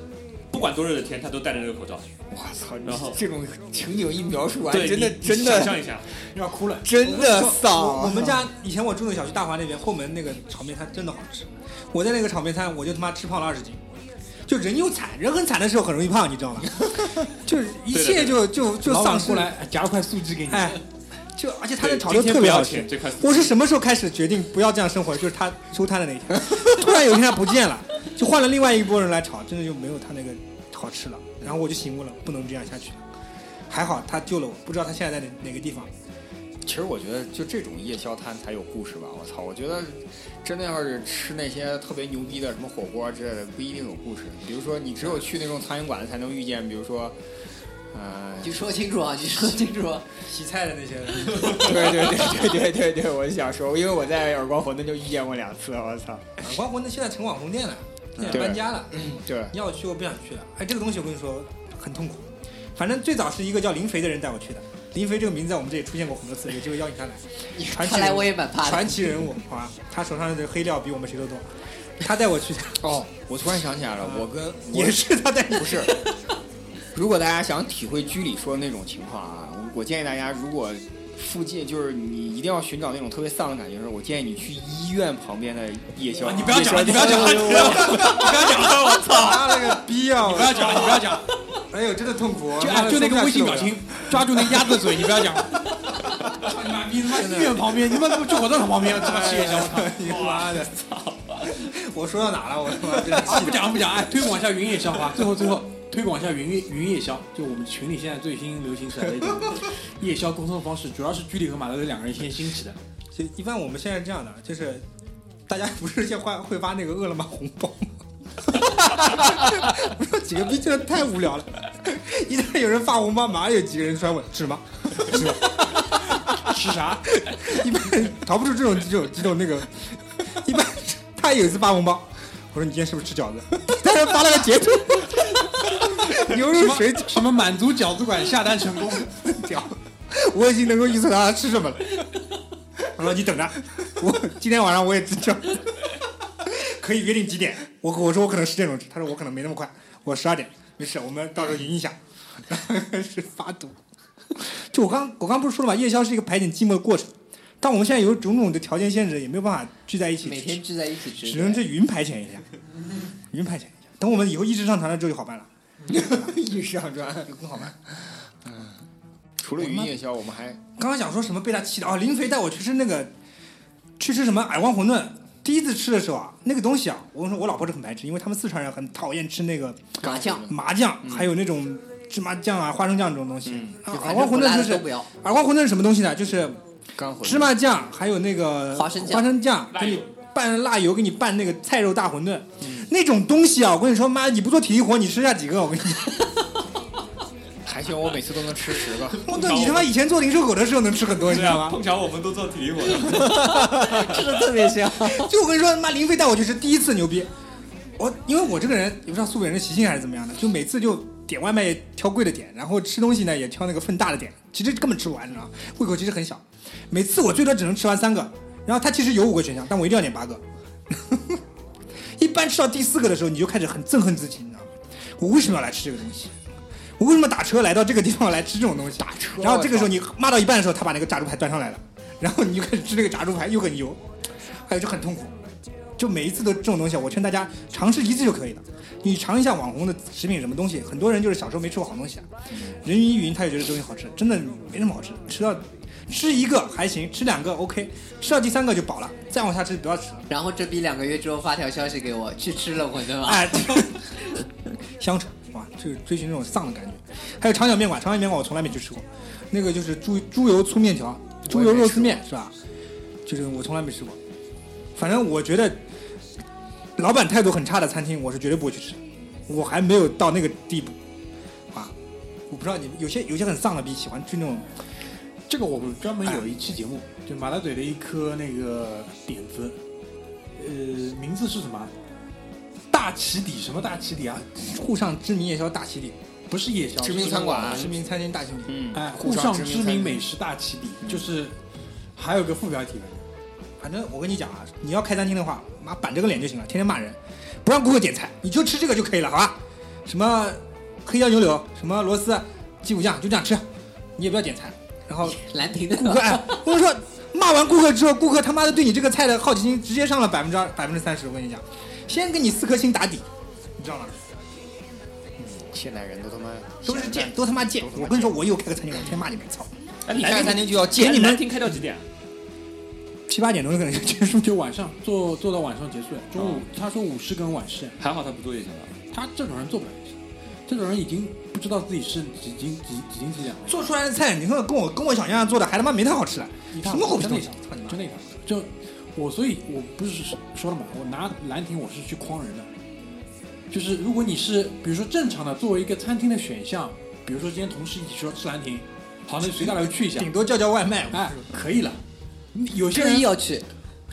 不管多热的天他都戴着那个口罩。
我操！
然后
你这种情景一描述完，
对，
真的
你你
真
想
的
象 一下，
要哭了。
真的
我我
丧
们。家以前我住的小区大华那边后门那个炒面摊真的好吃，我在那个炒面摊我就他妈吃胖了二十斤，就人又惨，人很惨的时候很容易胖，你知道吗？就是一切就就就
老板
丧
过
失
来，哎夹了块素鸡给你。
哎，就而且他
对
的炒
今
肉
天
特别
不
好
要
吃
钱，这块
我是什么时候开始决定不要这样生活？就是他收摊的那一天， 突然有一天他不见了，就换了另外一波人来炒，真的就没有他那个好吃了。然后我就醒悟了，不能这样下去了。还好他救了我，不知道他现在在哪哪个地方。
其实我觉得就这种夜宵摊才有故事吧。我操，我觉得真的要是吃那些特别牛逼的什么火锅之类的，不一定有故事。比如说，你只有去那种苍蝇馆才能遇见，比如说，呃，
你说清楚啊！你说清楚啊！
洗菜的那些人，啊
对对对对对对对，我就想说，因为我在耳光馄饨就遇见过两次，我操！
耳光馄饨现在成网红店了，现在
对
搬家了。
对，
你要我去，我不想去了。哎，这个东西我跟你说很痛苦。反正最早是一个叫林肥的人带我去的，林肥这个名字在我们这里出现过很多次，有机会邀请他 来。传奇
看来
人物
我也蛮怕的。
传奇人物，好吧，他手上的黑料比我们谁都多。他带我去，
哦，我突然想起来了，我跟我
也是他带你
不是。如果大家想体会居里说的那种情况啊，我我建议大家，如果附近就是你一定要寻找那种特别丧的感觉的时候，我建议你去医院旁边的夜
啊
宵。啊
你不要讲了，你不要讲了，你不要讲了，你不要讲了，我操！
妈了个逼啊！
不要讲，你不要讲，
哎呦，真的痛苦。
就
妈
哎
的
就那
说
个
不
微
下去
信
了
表情，抓住那鸭子的嘴，你不要 讲。操你妈逼！他妈医院旁边，你他妈去火葬场旁边，他妈吃夜宵。
哎你 妈的，我说到哪了？我他妈真的
啊，
气
不讲不讲，哎，推广一下云夜宵啊！最后最后推广一下云夜云夜宵，就我们群里现在最新流行起来的一种夜宵沟通方式，主要是居里和马德这两个人先兴起的。
就一般我们现在是这样的，就是大家不是先发会发那个饿了么红包吗？ 我说几个逼真的太无聊了，一旦有人发红包，马上有几个人出来问吃吗？吃 吗？吃啥？一般逃不出这种这种这种那个，一般他有一次发红包，我说你今天是不是吃饺子？ 他说发了个截图， 牛
什
肉
么
水饺
什么满族饺子馆下单成功，
屌，我已经能够预测到他吃什么了。他说：“你等着，我今天晚上我也知道，可以约定几点？我我说我可能十点钟吃，他说我可能没那么快，我十二点，没事，我们到时候赢一下。” 然后开始发赌。就我刚我刚不是说了吗？夜宵是一个排解寂寞的过程，但我们现在有种种的条件限制，也没有办法聚在一起
每
吃
天聚在一起吃，
只能这云排遣一下， 云排遣一下。等我们以后一直上传了之后就好办了，
意识上转。
就更好办。
除了云夜宵，我们还
刚刚想说什么被他气的啊？林飞带我去吃那个，去吃什么耳光馄饨。第一次吃的时候啊，那个东西啊，我跟你说我老婆是很白痴，因为他们四川人很讨厌吃那个
麻将，
麻酱，还有那种芝麻酱啊、花生酱这种东西。啊
嗯就
耳
反
光
正不
馄饨
辣
就
的都
是
不要。
耳光馄饨是什么东西呢？就是
刚回
芝麻酱，还有那个
花生酱
花生酱给你拌辣油，给你拌那个菜肉大馄饨，
嗯
那种东西啊，我跟你说，妈，你不做体力活，你吃下几个？我跟你讲，
还行，我每次都能吃十个。
我操！你他妈以前做零售狗的时候能吃很多，你
对
知道
啊，
吗？
碰巧我们都做体力活的，
吃的特别香。
就我跟你说，他妈林飞带我去吃第一次牛逼，我因为我这个人也不知道苏北人的习性还是怎么样的，就每次就点外卖也挑贵的点，然后吃东西呢也挑那个份大的点，其实根本吃不完，你知道吗？胃口其实很小，每次我最多只能吃完三个，然后他其实有五个选项，但我一定要点八个。 一般吃到第四个的时候，你就开始很憎恨自己，你知道吗？我为什么要来吃这个东西？我为什么打车来到这个地方来吃这种东西？打车然后这个时候你骂到一半的时候，他把那个炸猪排端上来了，然后你就开始吃这个炸猪排，又很油，还有就很痛苦。就每一次都这种东西，我劝大家尝试一次就可以了。你尝一下网红的食品什么东西，很多人就是小时候没吃过好东西啊。人云亦云，他也觉得这东西好吃，真的没什么好吃。吃到吃一个还行，吃两个 OK，吃到第三个就饱了，再往下吃就不要吃了。
然后这逼两个月之后发条消息给我，去吃冷馄饨吧。
哎，香肠哇，就是追寻那种丧的感觉。还有长角面馆，长角面馆我从来没去吃过，那个就是猪猪油粗面条、猪油肉丝面是吧？就是我从来没吃过。反正我觉得老板态度很差的餐厅，我是绝对不会去吃。我还没有到那个地步啊！我不知道你们有些有些很丧的逼喜欢去那种
这个我们专门有一期节目，就马大嘴的一颗那个点子，呃，名字是什么？大起底什么大起底啊？
沪上知名夜宵大起点、
不是夜宵，
知名
是
餐馆
知名餐厅大起点，
嗯
哎，
沪
沪
上
上
知名
知
餐
名
厅
美食大起底，就是还有个副标题的，
反正我跟你讲啊，你要开餐厅的话，妈板着个脸就行了，天天骂人，不让顾客点菜，你就吃这个就可以了，好吧？什么黑椒牛柳，什么螺丝、鸡骨酱，就这样吃，你也不要点菜。然后
兰亭的
顾客，哎，我跟你说，骂完顾客之后，顾客他妈的对你这个菜的好奇心直接上了百分之二百分之三十，我跟你讲，先给你四颗星打底，你知道吗？
现代人都他妈
都是贱，都他妈贱！我跟你说，我以后开个餐厅，我天天骂你们，操！
哎，你
开个
看
餐厅就要
给
见
你们
厅开到几点？啊
七八点钟可能就结束。
就晚上做做到晚上结束，中午他说午市跟晚市，
还好他不做夜宵吧？
他这种人做不了夜宵，这种人已经不知道自己是几斤几几斤几两了。
做出来的菜，你看跟我跟我想象中做的还他妈没他好吃了，
一
什
塌
么
糊
狗
涂真的
屁东
一
西！
塌糊
操你
涂
妈！
真的一塌糊涂就我，所以我不是说了嘛，我拿兰亭我是去诓人的，就是如果你是比如说正常的作为一个餐厅的选项，比如说今天同事一起说吃兰亭，好，那就随大流去一下，
顶多叫叫外卖。
哎，可以了。有些
特意
啊
人
要去，
哎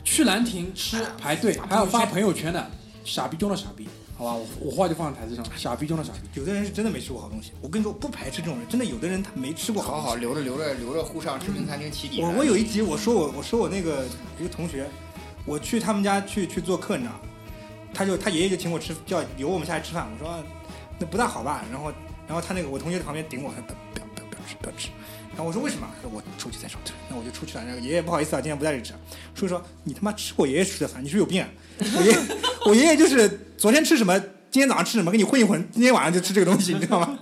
去兰亭吃排队，还要发朋友圈的，傻逼中的傻逼，好吧，我我话就放在台子上，傻逼中的傻逼。
有的人是真的没吃过好东西，我跟你说，我不排斥这种人，真的有的人他没吃过
好
好
好
东西。
留着留着留着沪上知名餐厅起底。
我我有一集我说我我说我那个一个同学，我去他们家去去做客，你知道吗，他就他爷爷就请我吃，叫由我们下来吃饭，我说啊那不大好吧，然后然后他那个我同学在旁边顶我，他不要不要不要吃不要吃，然后我说为什么？他说我出去再说，那我就出去了。那个爷爷不好意思啊，今天不在这里吃。叔叔说你他妈吃我爷爷吃的饭，你是不是有病啊？我爷我爷爷就是昨天吃什么，今天早上吃什么，给你混一混，今天晚上就吃这个东西，你知道吗？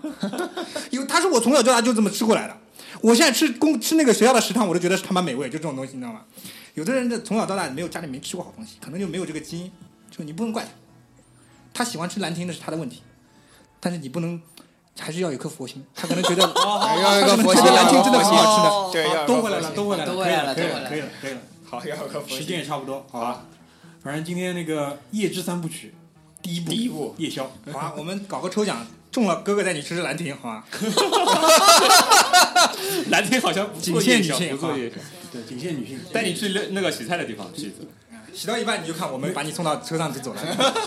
因为他是我从小到大就这么吃过来的。我现在吃公吃那个学校的食堂，我都觉得是他妈美味，就这种东西，你知道吗？有的人这从小到大没有家里没吃过好东西，可能就没有这个基因，就你不能怪他。他喜欢吃兰亭那是他的问题，但是你不能，还是要有颗佛心。他可能觉 得，
哦
哎要有一
他
个
可能
佛
觉
心，
得兰
要
亭
有
真
个
的
佛
很
心
好吃的。
对，要有个
都回来
佛
了，
心
都回来了，
都回来了
可以
都回来了
可以了，可以了。
好，要有个佛
时
心。
间也差不多，好吧。反正今天那个夜之三部曲，第一部，
第一部
夜宵，
好啊，我们搞个抽奖，中了哥哥带你吃吃兰亭，好吧？
蓝天好像不
仅
做
限
夜
女
宵，
性
不做夜宵，
对，仅限女性。
带你去那那个洗菜的地方去一次。
洗到一半你就看我们把你送到车上就 走了，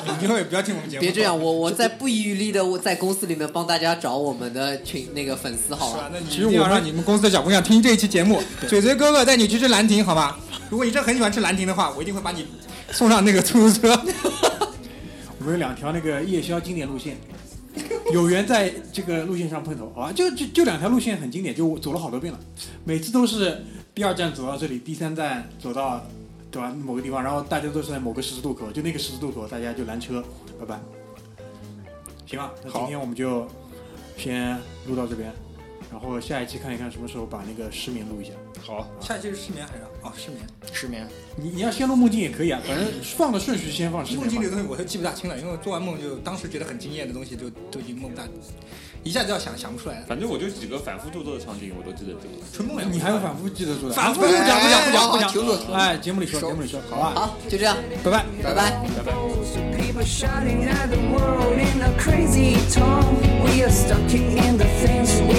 你以后也不要听我们节目。
别这样，我我在不遗余力的我在公司里面帮大家找我们的群那个粉丝好
是啊吧
吧？？
那你
其
一
实
定要
我们
让你们公司的小姑娘听这一期节 目，嘴嘴哥哥带你去吃兰亭，好吧？如果你真很喜欢吃兰亭的话，我一定会把你送上那个出租车。
我们有两条那个夜宵经典路线，有缘在这个路线上碰头，好吧？就就就两条路线很经典，就我走了好多遍了，每次都是第二站走到这里，第三站走到对吧某个地方，然后大家都是在某个十字路口，就那个十字路口大家就拦车，拜拜。行吧，那今天我们就先录到这边，然后下一期看一看什么时候把那个失眠录一下。
好，
下一期是失眠还是哦失眠？
失眠，
你你要先录梦境也可以啊，反正放的顺序先放失
梦
眠
境这
嘛。
个东西我都记不大清了，因为我做完梦就当时觉得很惊艳的东西就都已经梦不大，一下子要想想不出来了。
反正我就几个反复做作的场景，我都记得住。
纯梦
你还有反复记得住的？
反复不讲不讲不讲不讲，
停住停住
哎，节目里说，节目里说，好啊吧。
好，就这样，
拜拜。
拜拜。
Thousands of people shouting at the world in a crazy tone. We are stuck in the things we